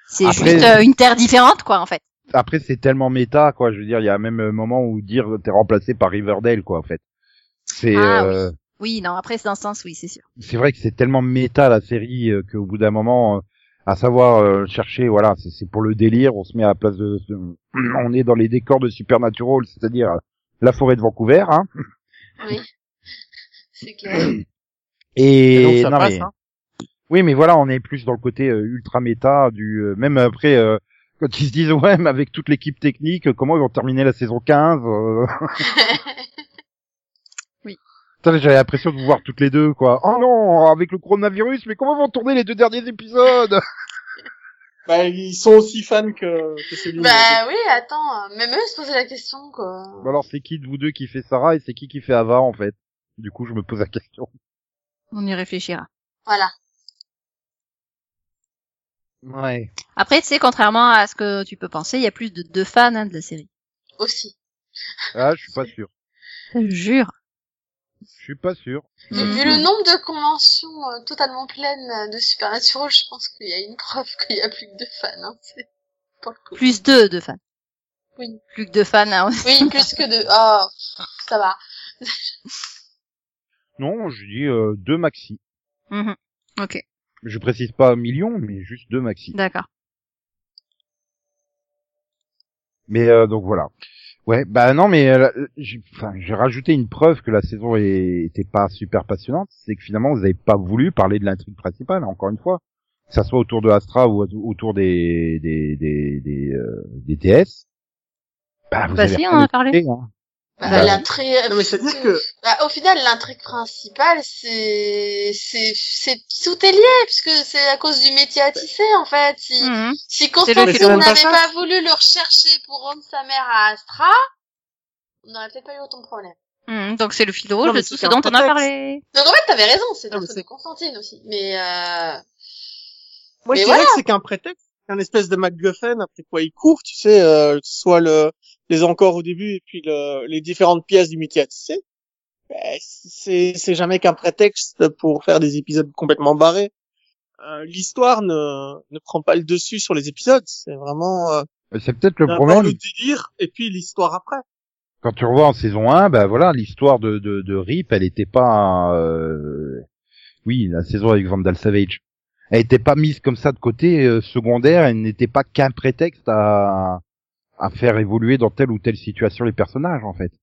S2: C'est
S1: Après-
S2: juste euh, une terre différente quoi en fait.
S1: Après, c'est tellement méta, quoi. Je veux dire, il y a même un moment où dire t'es remplacé par Riverdale, quoi, en fait. C'est
S2: Ah,
S1: euh,
S2: Oui, non, après c'est dans ce sens, oui, c'est sûr.
S1: c'est vrai que c'est tellement méta la série euh, qu'au bout d'un moment, euh, à savoir euh, chercher, voilà, c'est- c'est pour le délire, on se met à la place de, de- on est dans les décors de Supernatural, c'est-à-dire euh, la forêt de Vancouver, hein.
S4: Oui. C'est clair.
S1: Et,
S5: donc ça
S1: non,
S5: passe,
S1: mais-
S5: hein.
S1: Oui, mais voilà, on est plus dans le côté euh, ultra méta du euh, même après euh, quand ils se disent ouais, mais avec toute l'équipe technique, euh, comment ils vont terminer la saison 15 euh,
S2: Oui.
S1: Putain, J'avais l'impression de vous voir toutes les deux, quoi. Oh non, avec le coronavirus, mais comment vont tourner les deux derniers épisodes
S3: Bah, ils sont aussi fans que, que celui
S4: bah oui, attends, euh, même eux se posaient la question quoi.
S1: Bon, Alors c'est qui de vous deux qui fait Sarah et c'est qui qui fait Ava en fait Du coup, je me pose la question.
S2: On y réfléchira.
S4: Voilà.
S1: Ouais.
S2: Après, tu sais, contrairement à ce que tu peux penser, il y a plus de deux fans hein, de la série.
S4: Aussi.
S1: Ah, je suis pas sûr.
S2: Je te jure.
S1: Je suis pas sûr.
S4: Vu,
S2: Mhm.
S4: vu
S3: Mm-hmm.
S4: le nombre de conventions euh, totalement pleines euh, de Supernatural, je pense qu'il y a une preuve qu'il y a plus que deux fans. Hein. C'est pour le coup.
S2: Plus deux de fans.
S4: Oui.
S2: Plus que deux fans. hein.
S4: Oui, plus que deux. Oh, ça va.
S1: Non, je dis euh, deux maxi.
S2: Mhm. Ok,
S1: Je précise pas millions, mais juste deux maxi.
S2: d'accord.
S1: Mais euh, donc voilà. Ouais, bah non, mais euh, j'ai enfin, j'ai rajouté une preuve que la saison est- était pas super passionnante, c'est que finalement vous n'avez pas voulu parler de l'intrigue principale, encore une fois, que ça soit autour de Astra ou au- autour des des des des, euh, des TS. Bah vous
S2: Bah
S1: avez
S2: si,
S1: rien
S2: on en a
S1: écouté,
S2: parlé.
S1: hein.
S4: Bah,
S1: Bah,
S4: l'intrigue-
S3: Non, mais c'est-à-dire que,
S4: Bah, au final, l'intrigue principale, c'est, c'est, c'est, tout est lié, puisque c'est à cause du métier à tisser, en fait. Si,
S2: Mhm.
S4: si
S2: le
S4: Constantine
S3: film.
S4: n'avait
S3: C'est
S4: pas,
S3: même pas
S4: voulu le rechercher pour rendre sa mère à Astra, on n'aurait peut-être pas eu autant de problèmes.
S2: Mhm. Donc c'est le fil rouge
S3: Non, mais
S2: de tout
S3: c'est
S2: ce dont
S3: un
S2: on a
S3: prétexte.
S2: parlé.
S4: Donc, en fait, t'avais raison, c'est de
S3: Non,
S4: la
S3: mais
S4: faute
S3: c'est-
S4: de Constantine aussi. Mais, euh,
S3: moi, je
S4: Mais
S3: dirais
S4: voilà.
S3: que c'est qu'un prétexte, un espèce de MacGuffin, après quoi il court, tu sais, euh, que ce soit le, les encores au début et puis le- les différentes pièces du métier à tisser. Bah, c'est, c'est jamais qu'un prétexte pour faire des épisodes complètement barrés. Euh, l'histoire ne, ne prend pas le dessus sur les épisodes. C'est vraiment, euh,
S1: C'est peut-être le
S3: d'abord le
S1: problème
S3: délire et puis l'histoire après.
S1: quand tu revois en saison 1, bah voilà, l'histoire de, de de Rip, elle était pas euh, oui, la saison avec Vandal Savage. Elle était pas mise comme ça de côté euh, secondaire, elle n'était pas qu'un prétexte à à faire évoluer dans telle ou telle situation les personnages en fait.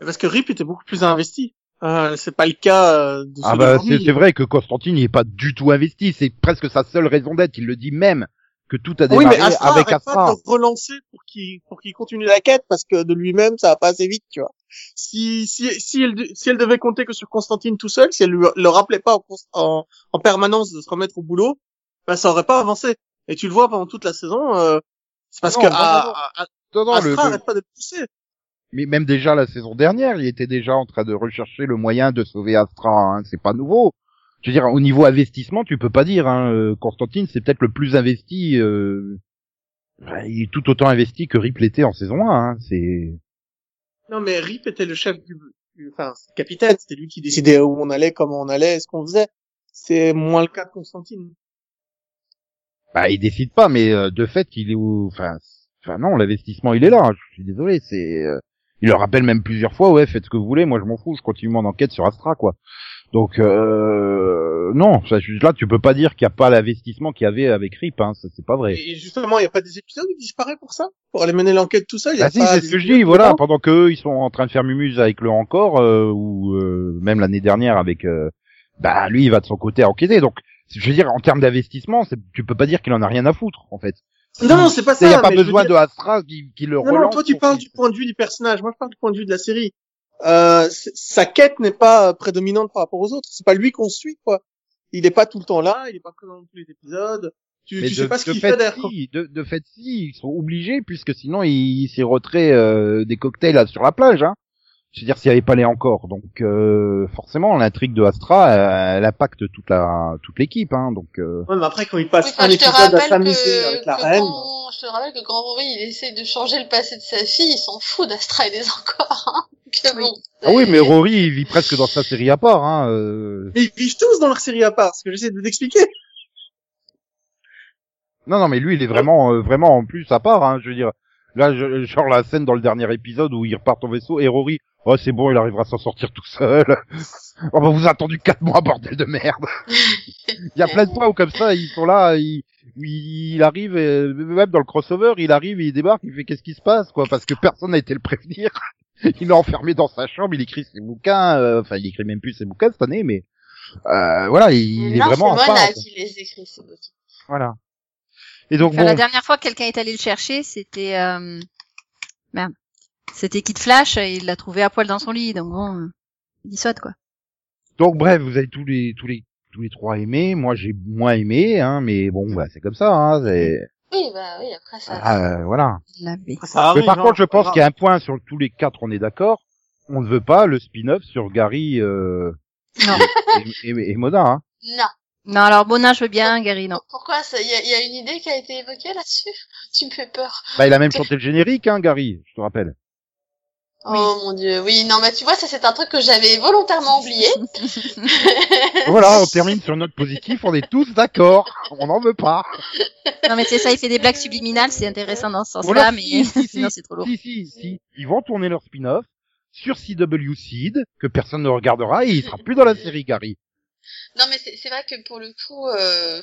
S3: Parce que Rip était beaucoup plus investi. Euh, c'est pas le cas euh, de
S1: Ah
S3: ceux
S1: bah c'est
S3: d'aujourd'hui.
S1: c'est vrai que Constantine n'est pas du tout investi, c'est presque sa seule raison d'être, il le dit même que tout a
S3: Oui,
S1: démarré
S3: mais Astra
S1: avec
S3: arrête
S1: Astra. hein.
S3: pas de le relancer pour qu'il pour qu'il continue la quête parce que de lui-même ça va pas assez vite, tu vois. Si si si elle de- si elle devait compter que sur Constantine tout seul, si elle lui- le rappelait pas en, cons- en, en permanence de se remettre au boulot, bah ça aurait pas avancé. Et tu le vois pendant toute la saison, euh, c'est parce
S1: Non,
S3: que
S1: non,
S3: ah,
S1: non, non.
S3: ah, ah,
S1: Non, non, le-
S3: Astra
S1: le-
S3: arrête pas de le pousser.
S1: mais même déjà la saison dernière, il était déjà en train de rechercher le moyen de sauver Astra. Hein. C'est pas nouveau. Je veux dire, au niveau investissement, tu peux pas dire. Hein. euh, Constantine, c'est peut-être le plus investi. euh, bah, il est tout autant investi que Rip l'était en saison 1. Hein. C'est
S3: Non, mais Rip était le chef du, du- enfin, c'est le capitaine. C'était lui qui décidait où on allait, comment on allait, ce qu'on faisait. C'est moins le cas de Constantine.
S1: Bah, il décide pas, mais euh, de fait, il est où Enfin, c- enfin non, l'investissement, il est là. hein. Je suis désolé, c'est. euh, Il leur rappelle même plusieurs fois, ouais, faites ce que vous voulez, moi je m'en fous, je continue mon enquête sur Astra, quoi. Donc euh, non, ça, je- là tu peux pas dire qu'il n'y a pas l'investissement qu'il y avait avec Rip, hein, ça c'est pas vrai.
S3: Et et justement, il n'y a pas des épisodes où il disparaît pour ça Pour aller mener l'enquête tout seul y a
S1: Bah si,
S3: pas
S1: c'est
S3: des
S1: ce que je
S3: épisodes
S1: dis, voilà,
S3: dedans
S1: pendant qu'eux, ils sont en train de faire mumuse avec le encore, euh, ou euh, même l'année dernière avec... euh, bah lui, il va de son côté enquêter, donc je veux dire, en termes d'investissement, c'est- tu peux pas dire qu'il en a rien à foutre, en fait.
S3: Non, non, c'est pas ça.
S1: Il n'y a pas
S3: mais je veux
S1: besoin
S3: dire-
S1: de Astra qui, qui le
S3: Non,
S1: relance.
S3: non, toi tu
S1: pour
S3: parles
S1: qu'il-
S3: du point de vue du personnage, moi je parle du point de vue de la série. Euh, c'est- sa quête n'est pas euh, prédominante par rapport aux autres, c'est pas lui qu'on suit, quoi. Il n'est pas tout le temps là, il n'est pas présent dans tous les épisodes. Tu,
S1: Mais
S3: tu
S1: de,
S3: sais pas ce
S1: de
S3: qu'il fait
S1: fait,
S3: derrière.
S1: si, de, de fait, si, ils sont obligés, puisque sinon, ils ils s'y retiraient euh, des cocktails là, sur la plage. Hein. Je veux dire, s'il n'y avait pas les encore. Donc, euh, forcément, l'intrigue de Astra, euh, elle impacte toute la toute l'équipe. Hein, donc, euh,
S3: Ouais, mais après quand il
S4: Oui,
S3: passe
S4: enfin,
S3: un
S4: je te
S3: épisode à
S4: rappelle
S3: s'amuser
S4: que,
S3: avec la
S4: que
S3: reine.
S4: quand, je te rappelle que quand Rory il essaie de changer le passé de sa fille, il s'en fout d'Astra et des encore. Hein. Que
S2: Oui.
S4: bon,
S1: Ah oui, mais
S4: c'est-
S1: Rory, il vit presque dans sa série à part. Hein, euh.
S3: Mais ils vivent tous dans leur série à part, ce que j'essaie de t'expliquer.
S1: Non, non, mais lui, il est vraiment, euh, vraiment en plus à part. Hein, je veux dire, là, je, genre la scène dans le dernier épisode où il repart en vaisseau et Rory, oh c'est bon, il arrivera à s'en sortir tout seul. oh bah vous a attendu quatre mois, bordel de merde. il y a plein de fois où comme ça, ils sont là, ils, où il arrive, euh, même dans le crossover, il arrive, il débarque, il fait qu'est-ce qui se passe quoi, parce que personne n'a été le prévenir. il est enfermé dans sa chambre, il écrit ses bouquins, euh, enfin il écrit même plus ses bouquins cette année, mais euh, voilà, il, il est
S4: Non,
S1: vraiment à
S4: c'est Mona
S1: part.
S4: qui les écrit, c'est Mona.
S1: Voilà. Et donc
S2: Enfin,
S1: bon,
S2: La dernière fois que quelqu'un est allé le chercher, c'était euh... merde, c'était Kid Flash et il l'a trouvé à poil dans son lit, donc bon, euh, il y saute quoi.
S1: Donc bref, vous avez tous les tous les tous les trois aimé. Moi j'ai moins aimé, hein, mais bon, bah, c'est comme ça. Hein, c'est
S4: Oui, bah oui, après ça.
S1: Ah, euh, voilà.
S2: La baie.
S3: Ça
S1: mais par
S3: hein,
S1: contre, je
S3: c'est pas
S1: pense
S3: grave.
S1: qu'il y a un point sur le- tous les quatre, on est d'accord. On ne veut pas le spin-off sur Gary euh,
S2: Non.
S1: et, et, et Mona. Hein.
S4: Non.
S2: non, alors Bona, je veux bien, Gary, non.
S4: Pourquoi ça- Il y a, il y a une idée qui a été évoquée là-dessus Tu me fais peur.
S1: Bah, il a même chanté le générique, hein, Gary. Je te rappelle.
S4: Oh mon dieu, oui, non, mais tu vois, ça c'est un truc que j'avais volontairement oublié.
S1: Voilà, on termine sur une note positive, on est tous d'accord, on n'en veut pas.
S2: Non, mais c'est ça, il fait des blagues subliminales, c'est intéressant dans ce
S1: Voilà,
S2: sens-là, mais
S1: si, si, si.
S2: sinon c'est trop lourd.
S1: Si, si, si, ils vont tourner leur spin-off sur CW Seed, que personne ne regardera et il sera plus dans la série, Gary.
S4: Non, mais c'est c'est vrai que pour le coup, euh,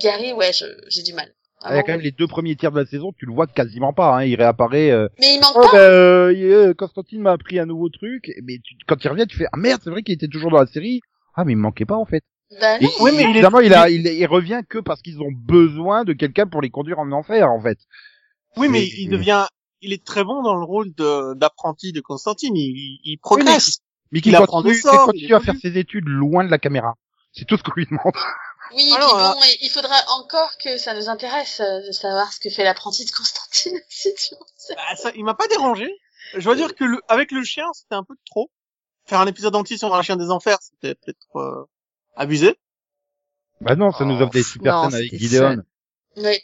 S4: Gary, ouais, je- j'ai du mal.
S1: Ah, Il y a quand même les deux premiers tiers de la saison, tu le vois quasiment pas, hein, il réapparaît... euh,
S4: Mais il manque
S1: Oh,
S4: pas.
S1: bah, euh, il- euh, Constantine m'a appris un nouveau truc, mais tu- quand il revient, tu fais ah merde, c'est vrai qu'il était toujours dans la série. Ah mais il me manquait pas en fait.
S4: Bah, non.
S1: Et-
S3: Oui, mais il est-
S1: évidemment, il, a, il, il revient que parce qu'ils ont besoin de quelqu'un pour les conduire en enfer en fait.
S3: Oui, mais
S1: C'est-
S3: il devient, il est très bon dans le rôle de- d'apprenti de Constantine. Il, il- il progresse.
S1: Mais
S3: Il
S1: qu'il
S3: apprend
S1: continue,
S3: des sorts,
S1: qu'il
S3: il est
S1: continue à
S3: connu.
S1: faire ses études loin de la caméra. C'est tout ce qu'on lui demande.
S4: Oui,
S3: Alors,
S4: puis
S2: euh,
S4: bon, il- il faudra encore que ça nous intéresse euh, de savoir ce que fait l'apprenti de Constantine, si tu veux.
S3: Bah, ça, il m'a pas dérangé. Je dois dire que le, avec le chien, c'était un peu de trop. Faire un épisode entier sur un chien des enfers, c'était peut-être euh, abusé.
S1: Bah non, ça nous offre des super
S2: non,
S1: scènes avec
S2: c'était
S1: Gideon.
S4: Oui.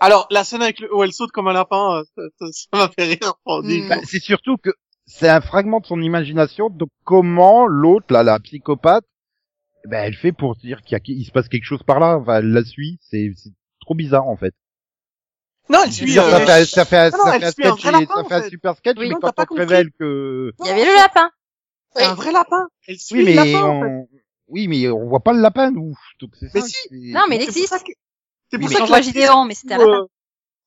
S3: Alors, la scène avec le, où elle saute comme un lapin, euh, ça, ça- ça m'a fait rire. pendant dix
S2: Mm.
S1: Bah,
S3: jours.
S1: c'est surtout que c'est un fragment de son imagination. Donc comment l'autre, là, la psychopathe, bah, elle fait pour dire qu'il y a- qu'il se passe quelque chose par là. Enfin, elle la suit. C'est c'est trop bizarre en fait.
S3: Non, elle
S1: Je veux
S3: suit,
S1: dire,
S3: euh,
S1: ça fait, ça fait, un-
S3: non,
S1: ça
S3: elle
S1: fait un
S3: suit un
S1: sketch,
S3: vrai
S1: et-
S3: lapin,
S1: ça
S3: en
S1: fait un
S3: fait.
S1: super sketch,
S3: Oui,
S1: mais
S3: non,
S1: quand
S3: t'as pas
S1: on te
S3: compris.
S1: révèle que...
S2: Il y avait le lapin.
S3: c'est un vrai lapin. Elle suit
S1: Oui,
S3: le
S1: mais
S3: lapin, en fait.
S1: on... Oui, mais on voit pas le lapin, nous. Donc c'est
S3: Mais
S1: ça.
S3: si.
S1: c'est-
S2: Non, mais il
S3: C'est pour
S2: existe.
S3: ça que- C'est
S1: Oui,
S3: pour
S1: mais-
S2: C'est pour ça
S3: ça
S2: que je
S3: que
S2: vois
S3: l'actrice qui
S2: Gideon, mais c'était un
S3: joue,
S2: lapin.
S3: euh,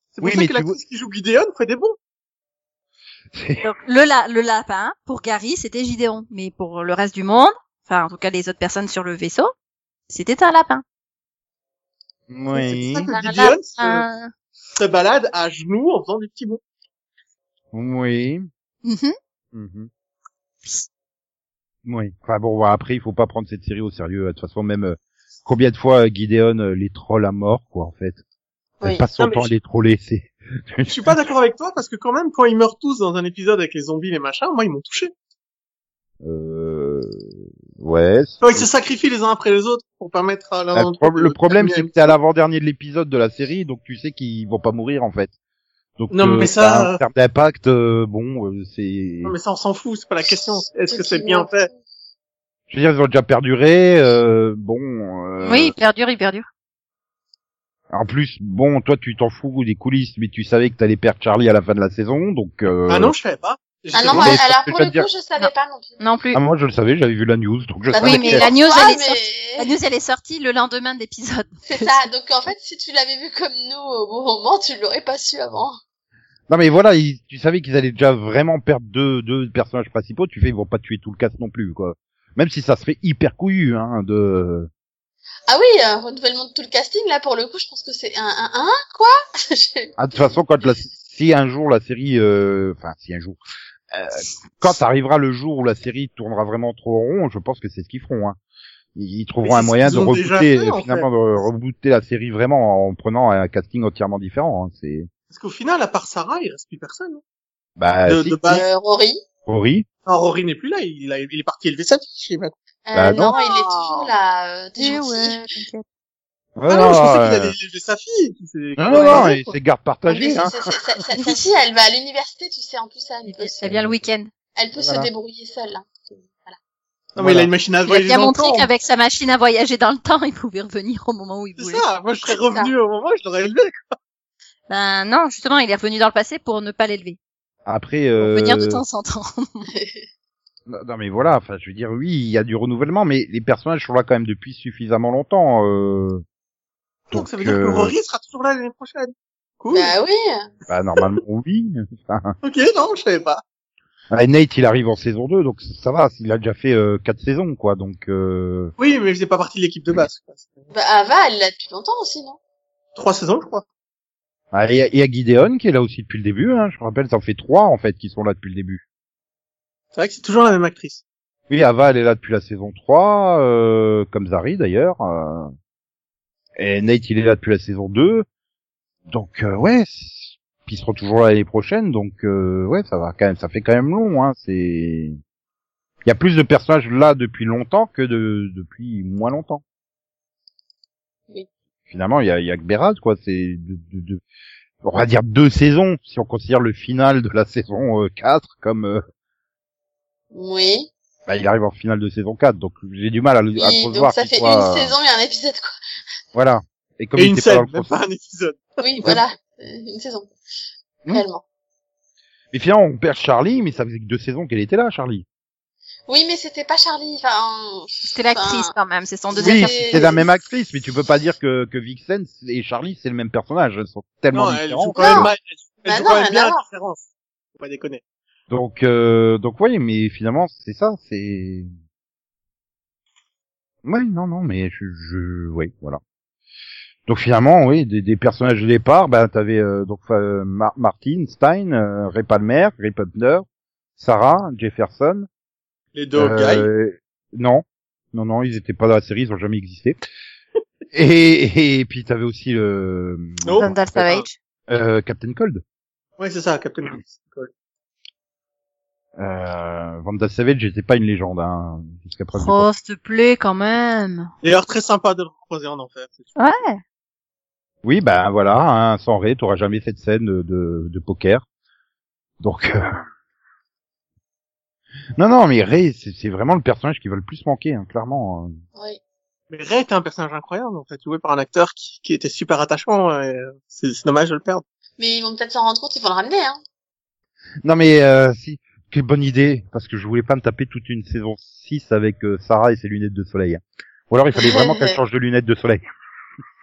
S3: C'est pour
S1: Oui,
S3: ça
S1: mais
S3: que
S1: tu
S3: l'actrice qui joue Gideon fait des bons.
S2: Donc, le, la- le lapin, pour Gary, c'était Gideon. Mais pour le reste du monde, enfin, en tout cas, les autres personnes sur le vaisseau, c'était un lapin.
S1: Oui,
S3: C'est pour ça que
S2: Un
S3: Gideon se,
S2: lapin.
S3: euh, se balade à genoux en faisant des petits bons.
S1: oui.
S2: Mhm.
S1: mhm. Oui. Enfin bon, bah, après, il faut pas prendre cette série au sérieux. De toute façon, même euh, combien de fois euh, Gideon euh, les troll à mort, quoi, en fait.
S4: Oui.
S1: Elle passe son
S3: Non, mais
S1: temps à
S3: je-
S1: les troller. C'est...
S3: Je suis pas d'accord avec toi parce que quand même, quand ils meurent tous dans un épisode avec les zombies, les machins, moi, ils m'ont touché.
S1: Euh... Ouais. c'est-
S3: Quand ils se sacrifient les uns après les autres pour permettre à l'un
S1: La
S3: d'entre
S1: pro-
S3: eux de
S1: Bah, le problème, c'est
S3: terminer
S1: que t'es à l'avant-dernier de l'épisode de la série, donc tu sais qu'ils vont pas mourir en fait. Donc, euh,
S3: Non, mais ça,
S1: En termes d'impact, euh, bon, euh, c'est.
S3: avec- Non, mais ça, on s'en fout, c'est pas la question. Est-ce que c'est
S4: hein
S3: bien fait?
S1: Je veux dire, ils ont déjà perduré. euh, bon. euh,
S2: Oui, il perdure, il perdure.
S1: En plus, bon, toi, tu t'en fous des coulisses, mais tu savais que t'allais perdre Charlie à la fin de la saison, donc. euh,
S3: Ah non, je savais pas.
S4: Ah
S3: J'étais
S4: non,
S1: mais
S3: vraiment-
S4: alors,
S1: c'est ce
S4: alors
S1: que
S4: pour
S1: je
S4: le
S1: veux
S4: coup, je savais pas non plus.
S2: Non plus.
S1: ah, moi, je le savais, j'avais vu la news, donc je
S4: Bah,
S1: savais.
S2: oui,
S4: parce
S2: mais
S4: que-
S1: que-
S2: la news,
S4: Ah,
S2: elle est
S4: mais-
S2: La news, elle est sortie le lendemain de l'épisode.
S4: C'est ça, donc en fait, si tu l'avais vu comme nous au bon moment, tu l'aurais pas su avant.
S1: Non, mais voilà, ils- tu savais qu'ils allaient déjà vraiment perdre deux, deux personnages principaux. Tu fais, ils vont pas tuer tout le casse non plus, quoi. Même si ça serait hyper couillu, hein, de.
S4: Ah oui, euh, renouvellement de tout le casting, là, pour le coup, je pense que c'est un, un, un, quoi? J'ai-
S1: Ah, de toute façon, quand la, si un jour la série, euh, enfin si un jour, euh, quand arrivera le jour où la série tournera vraiment trop rond, je pense que c'est ce qu'ils feront. Hein. Ils ils trouveront
S3: Mais
S1: un
S3: c'est ce
S1: moyen de
S3: qu'ils ont déjà
S1: rebooter, euh,
S3: fait, en
S1: finalement de rebooter la série vraiment en prenant un casting entièrement différent. hein. C'est
S3: Parce qu'au final, à part Sarah, il reste plus personne. hein.
S1: bah
S3: de,
S1: si,
S3: de base.
S4: Euh, Rory?
S1: Rory.
S3: Non, Rory n'est plus là, il, a- il est parti élever sa fille, je sais pas.
S4: Euh,
S1: Bah
S4: non.
S1: non.
S4: il est toujours là, euh, t'es
S2: Eh ouais, t'inquiète.
S4: gentil.
S3: Ah non, je pensais
S1: Voilà,
S3: qu'il
S1: euh,
S3: allait élever sa fille. qu'il s'est-
S1: Ah non, non,
S3: qu'il
S1: non,
S3: avait
S1: et
S3: quoi.
S1: c'est garde
S4: En plus,
S1: partagée. Hein.
S4: Ah, c'est- c'est- c'est- sa- sa- sa fille, elle va à l'université, tu sais, en plus, elle peut, se,
S2: Ça vient le week-end.
S4: elle peut
S1: Voilà.
S4: se débrouiller seule. hein.
S3: Non, mais il a une machine à
S2: Il a
S3: voyager
S2: bien
S3: dans le
S2: montré
S3: temps.
S2: qu'avec sa machine à voyager dans le temps, il pouvait revenir au moment où il
S3: C'est
S2: voulait.
S3: ça, moi je serais
S2: C'est ça.
S3: revenu au moment où je l'aurais élevé.
S2: Ben non, justement, il est revenu dans le passé pour ne pas l'élever.
S1: Après,
S2: Pour
S1: euh,
S2: venir de temps en temps.
S1: Non, non, mais voilà, enfin je veux dire oui, il y a du renouvellement, mais les personnages sont là quand même depuis suffisamment longtemps. Euh...
S3: Donc, ça veut
S1: Donc,
S3: dire que
S1: euh,
S3: Rory sera toujours là l'année prochaine. Cool.
S4: Bah oui.
S1: Bah normalement oui. Enfin,
S3: Ok, non, je savais pas.
S1: ouais, Ah, Nate il arrive en saison 2 donc ça va, il a déjà fait euh, quatre saisons quoi donc. Euh...
S3: Oui, mais il faisait pas partie de l'équipe de base. quoi. C'était
S4: Bah, Ava, elle l'a depuis longtemps aussi, non?
S3: Trois saisons, je crois.
S1: ah, et il y a Gideon qui est là aussi depuis le début. Hein, je me rappelle ça en fait trois en fait qui sont là depuis le début.
S3: C'est vrai que c'est toujours la même actrice.
S1: Oui Ava elle est là depuis la saison 3 euh, comme Zari d'ailleurs. euh, Et Nate il est là depuis la saison 2 donc euh, ouais. c'est- Puis ils seront toujours là l'année prochaine donc euh, ouais ça va quand même ça fait quand même long hein c'est. Il y a plus de personnages là depuis longtemps que de depuis moins longtemps.
S4: Oui.
S1: finalement il y a, il y a que Bérard, quoi c'est de, de, de- on va dire deux saisons, si on considère le final de la saison euh, 4 comme euh,
S4: Oui.
S1: bah, il arrive en finale de saison 4, donc j'ai du mal à le à
S4: Oui, donc
S1: concevoir
S4: ça
S1: qu'il
S4: fait
S1: soit,
S4: une
S1: euh,
S4: saison et un épisode, quoi.
S1: Voilà. Et comme
S3: Et
S1: il
S3: une
S1: était pas dans
S3: scène,
S1: le
S3: même
S1: concept-
S3: pas un épisode.
S4: Oui, voilà. Euh, Une saison.
S1: Hmm.
S4: Réellement.
S1: Mais finalement, on perd Charlie, mais ça faisait que deux saisons qu'elle était là, Charlie.
S4: Oui, mais c'était pas Charlie, enfin...
S2: C'était l'actrice
S4: enfin,
S2: quand même, c'est son deuxième.
S1: Oui, Oh.
S2: personnage.
S1: c'est la même actrice, mais tu peux pas dire que, que Vixen et Charlie, c'est le même personnage. Elles sont tellement
S3: Non, elle joue
S1: différentes.
S3: quand même,
S4: Non.
S3: mal- elle joue- elle
S4: Bah
S3: joue
S4: non,
S3: quand même
S4: rien à
S3: bien la
S4: voir.
S3: différence. Faut pas déconner.
S1: Donc, euh, donc oui, mais finalement, c'est ça, c'est... Oui, non, non, mais je... je oui, voilà. Donc finalement, oui, des, des personnages de départ, ben, t'avais euh, donc euh, Mar- Martin, Stein, euh, Ray Palmer, Ray Putner, Sarah, Jefferson,
S3: Les deux Hawkeye.
S1: Euh, non, non, non, ils étaient pas dans la série, ils ont jamais existé. et, et, puis t'avais aussi le
S3: Oh.
S2: Randall Savage.
S1: euh, Captain Cold.
S3: Ouais, c'est ça, Captain Cold.
S1: Euh, Vanda Savage n'était pas une légende hein, jusqu'à présent.
S2: Oh, s'il te plaît, quand même.
S3: D'ailleurs, très sympa de le croiser en enfer. c'est sûr.
S2: Ouais.
S1: Oui, bah voilà, hein, sans Ray, t'auras jamais cette scène de, de, de poker. Donc euh, non, non, mais Ray, c'est c'est vraiment le personnage qui va le plus manquer, hein, clairement. hein.
S4: Oui.
S3: Mais Ray était un personnage incroyable, en fait, joué par un acteur qui, qui était super attachant, et euh, c'est c'est dommage de le perdre.
S4: Mais ils vont peut-être s'en rendre compte, ils vont le ramener, hein.
S1: Non, mais euh, si, quelle bonne idée, parce que je voulais pas me taper toute une saison 6 avec euh, Sarah et ses lunettes de soleil. Ou alors il fallait vraiment qu'elle change de lunettes de soleil.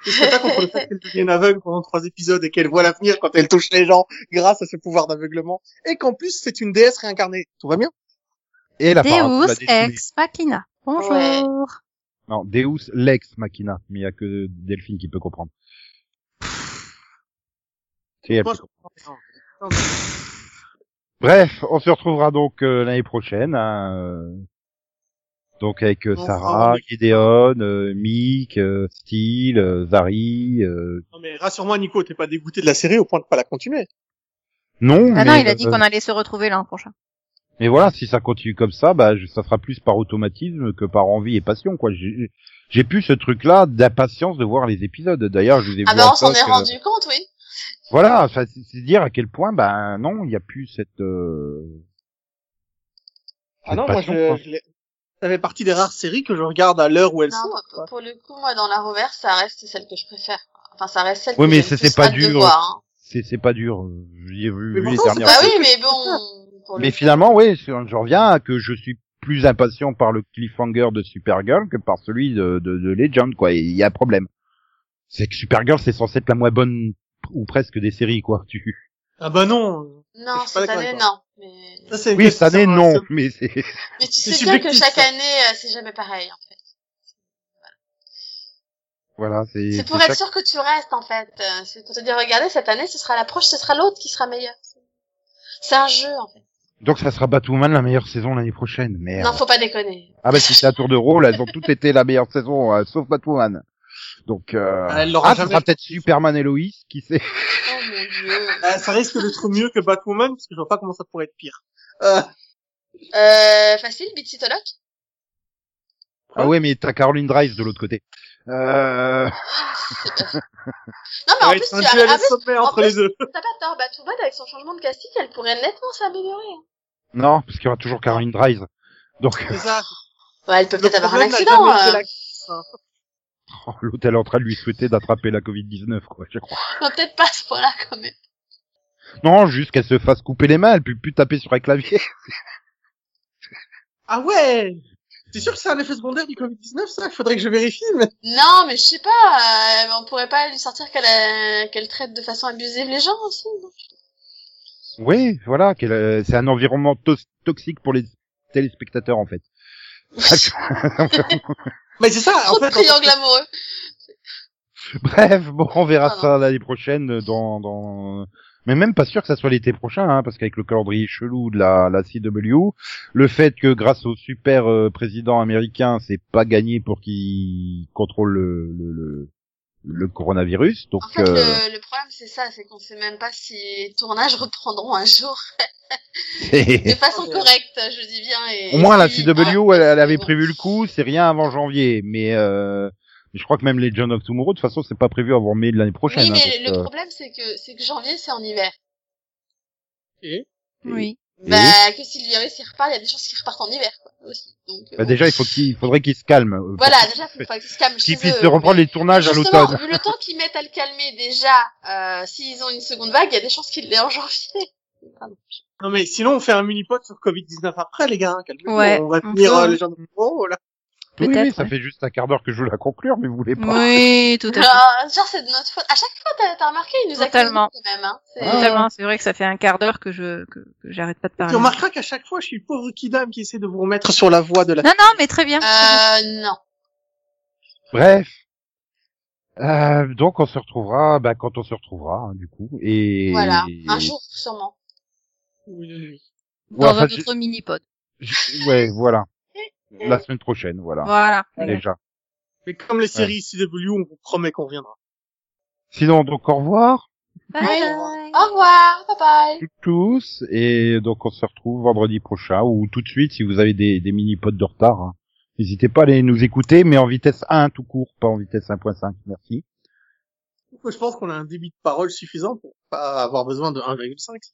S3: Je sais pas contre le fait qu'elle devienne aveugle pendant trois épisodes et qu'elle voit l'avenir quand elle touche les gens grâce à ce pouvoir d'aveuglement, et qu'en plus, c'est une déesse réincarnée. Tout va bien.
S1: Et la parabole
S2: Deus
S1: a dessiné.
S2: ex machina. Bonjour.
S4: Ouais.
S1: Non, Deus Lex Machina, mais il y a que Delphine qui peut comprendre. Et elle peut
S3: Moi, je
S1: comprendre.
S3: comprends.
S1: Bref, on se retrouvera donc euh, l'année prochaine. hein, euh, Donc avec euh,
S3: Bon,
S1: Sarah,
S3: oh,
S1: Gideon, euh, Mick, euh, Steele, euh, Zari. euh,
S3: Non, mais rassure-moi, Nico, t'es pas dégoûté de la série au point de pas la continuer.
S1: Non, mais,
S2: Ah non, il a dit
S1: euh,
S2: qu'on allait se retrouver l'an prochain.
S1: Mais voilà, si ça continue comme ça, bah, je- ça sera plus par automatisme que par envie et passion, quoi. J'ai j'ai plus ce truc-là d'impatience de voir les épisodes. D'ailleurs, je vous ai
S4: Ah
S1: vu
S4: ben,
S1: en
S4: on s'en est
S1: toc, euh,
S4: rendu compte, oui.
S1: Voilà, enfin, c'est c'est dire à quel point, ben non, il n'y a plus cette. euh,
S3: Ah
S1: cette
S3: non, moi,
S1: passion, quoi.
S3: je, je l'ai- ça fait partie des rares séries que je regarde à l'heure où elles
S4: Non,
S3: sont.
S4: moi,
S3: quoi.
S4: pour le coup, moi, dans la reverse, ça reste celle que je préfère. Enfin, ça reste celle
S1: Oui,
S4: que
S1: mais
S4: j'ai
S1: c'est-
S4: le plus
S1: c'est pas
S4: hâte de
S1: dur.
S4: voir. hein.
S1: C'est c'est pas dur. euh, J'y ai vu,
S3: Mais
S1: vu les
S3: pourtant, c'est
S1: dernières.
S4: Bah
S3: pas-
S4: oui, mais bon... Pour le
S1: Mais
S4: coup,
S1: finalement, oui, c'est- j'en reviens à que je suis plus impatient par le cliffhanger de Supergirl que par celui de, de, de Legend, quoi. Il y a un problème. C'est que Supergirl, c'est censé être la moins bonne ou presque des séries, quoi. Tu...
S3: Ah bah non.
S4: Non,
S3: Je suis pas
S4: cette
S3: d'accord
S4: année,
S3: avec
S4: non. Mais,
S3: Ça, c'est une
S1: Oui,
S3: question,
S1: ça n'est
S3: euh,
S1: non,
S3: c'est-
S1: mais c'est.
S4: mais tu
S3: C'est
S4: sais bien que
S3: subjectif,
S4: chaque
S3: ça.
S4: année, euh, c'est jamais pareil, en fait.
S1: Voilà, c'est.
S4: C'est pour
S1: c'est
S4: être
S1: chaque-
S4: sûr que tu restes, en fait. Euh, C'est pour te dire, regardez, cette année, ce sera la prochaine, ce sera l'autre qui sera meilleur. C'est un jeu, en fait.
S1: Donc ça sera Batwoman la meilleure saison l'année prochaine. Merde.
S4: Non, faut pas déconner.
S1: Ah bah si c'est à tour de rôle, elles ont toutes été la meilleure saison, euh, sauf Batwoman. Donc euh...
S3: Elle
S1: ah,
S3: l'aura
S1: ça
S3: jamais.
S1: sera peut-être Superman et Lois, qui sait.
S4: Oh mon dieu.
S3: Euh, ça risque d'être mieux que Batwoman, parce que je vois pas comment ça pourrait être pire. Euh,
S4: Euh, facile, Bitsitologue?
S1: Ah ouais, mais t'as Caroline Drive de l'autre côté. Euh...
S4: Non, mais en
S3: ouais,
S4: plus, tu
S3: c'est
S4: as,
S3: un
S4: ah,
S3: duel à
S4: mais
S3: sommet
S4: en
S3: entre
S4: plus-
S3: les deux.
S4: t'as pas tort, Batwoman, hein. Bah, avec son changement de casting, elle pourrait nettement s'améliorer. hein.
S1: Non, parce qu'il y aura toujours Caroline Drive. Donc
S3: C'est ça.
S4: Ouais, elle peut
S3: Le
S4: peut-être avoir un
S3: problème n'a
S4: accident.
S3: jamais été
S4: euh.
S3: hein.
S1: oh, l'autre elle est en train de lui souhaiter d'attraper la Covid-19, quoi, je crois.
S4: hein. Non, peut-être pas à ce point-là, quand même.
S1: Non, juste qu'elle se fasse couper les mains, elle peut plus taper sur un clavier.
S3: Ah ouais T'es sûr que c'est un effet secondaire du Covid-19, ça Il faudrait que je vérifie, mais...
S4: Non, mais je sais pas, euh, on pourrait pas lui sortir qu'elle a- qu'elle traite de façon abusive les gens aussi. non
S1: Oui, voilà, qu'elle, euh, c'est un environnement tos- toxique pour les téléspectateurs en fait.
S3: Mais c'est ça, en
S4: Trop de
S3: fait...
S4: triangle amoureux.
S1: Bref, bon, on verra
S4: Voilà.
S1: ça l'année prochaine euh, dans, dans... Mais même pas sûr que ça soit l'été prochain, hein, parce qu'avec le calendrier chelou de la, la CW, le fait que grâce au super euh, président américain, c'est pas gagné pour qu'il contrôle le, le, le, le coronavirus, donc...
S4: En fait,
S1: euh,
S4: le, le problème, c'est ça, c'est qu'on sait même pas si les tournages reprendront un jour. De façon correcte, je dis bien. Et,
S1: Au moins, la
S4: si-
S1: CW,
S4: ah,
S1: elle, elle avait
S4: bon.
S1: prévu le coup, c'est rien avant janvier, mais euh, Et je crois que même les John of Tomorrow, de toute façon, c'est pas prévu avant mai de l'année prochaine.
S4: oui,
S1: hein,
S4: mais
S1: parce
S4: le
S1: que-
S4: problème, c'est que, c'est que janvier, c'est en hiver.
S3: Et
S2: Oui.
S4: Bah, que si le virus il repart, il y a des chances qu'il reparte en hiver, quoi, aussi. Donc, euh,
S1: Bah,
S4: bon.
S1: déjà, il faut qu'il il faudrait qu'il se calme. euh,
S4: Voilà,
S1: pour-
S4: déjà, faut pas qu'il se calme chez
S1: Qu'il puisse
S4: eux.
S1: reprendre les tournages à
S4: Justement,
S1: l'automne.
S4: vu le temps qu'ils mettent à le calmer déjà, euh, s'ils ont une seconde vague, il y a des chances qu'ils l'aient en janvier. Pardon.
S3: Non mais sinon on fait un mini pod sur Covid-19 après les gars, hein, calmez-vous,
S2: Ouais,
S3: on va
S2: on
S3: tenir
S2: peut,
S3: euh,
S2: ouais.
S3: les gens de pro là.
S1: Oui,
S2: Peut-être,
S1: oui, ça
S2: ouais.
S1: fait juste un quart d'heure que je veux la conclure, mais vous voulez pas.
S2: Oui, tout à fait.
S4: Alors, Ah, genre, c'est de notre faute. À chaque fois, t'as, t'as remarqué, ils nous accusent
S2: Totalement.
S4: quand même, hein. C'est-
S2: Totalement, c'est vrai que ça fait un quart d'heure que je que, que j'arrête pas de
S3: Tu
S2: parler.
S3: remarqueras qu'à chaque fois je suis le pauvre Kidam qui essaie de vous remettre sur la voie de la...
S2: Non, non, mais très bien.
S4: Euh, non.
S1: Bref. Euh, donc on se retrouvera, bah, quand on se retrouvera, hein, du coup. Et
S4: Voilà. Un jour, sûrement.
S2: Dans
S1: Ouais, enfin,
S2: un
S1: je-
S2: autre mini-pod.
S1: Je- Ouais, voilà. La semaine prochaine, voilà.
S2: Voilà.
S1: Déjà.
S3: Mais comme les séries CW, on vous promet qu'on viendra.
S1: Sinon, donc au revoir
S4: Ouais.
S2: Bye.
S4: Au revoir, bye bye.
S1: toutes, tous et donc on se retrouve vendredi prochain ou tout de suite si vous avez des, des mini pods de retard. hein. N'hésitez pas à aller nous écouter, mais en vitesse 1 tout court, pas en vitesse 1.5. Merci.
S3: Moi, je pense qu'on a un débit de parole suffisant pour pas avoir besoin de 1,5.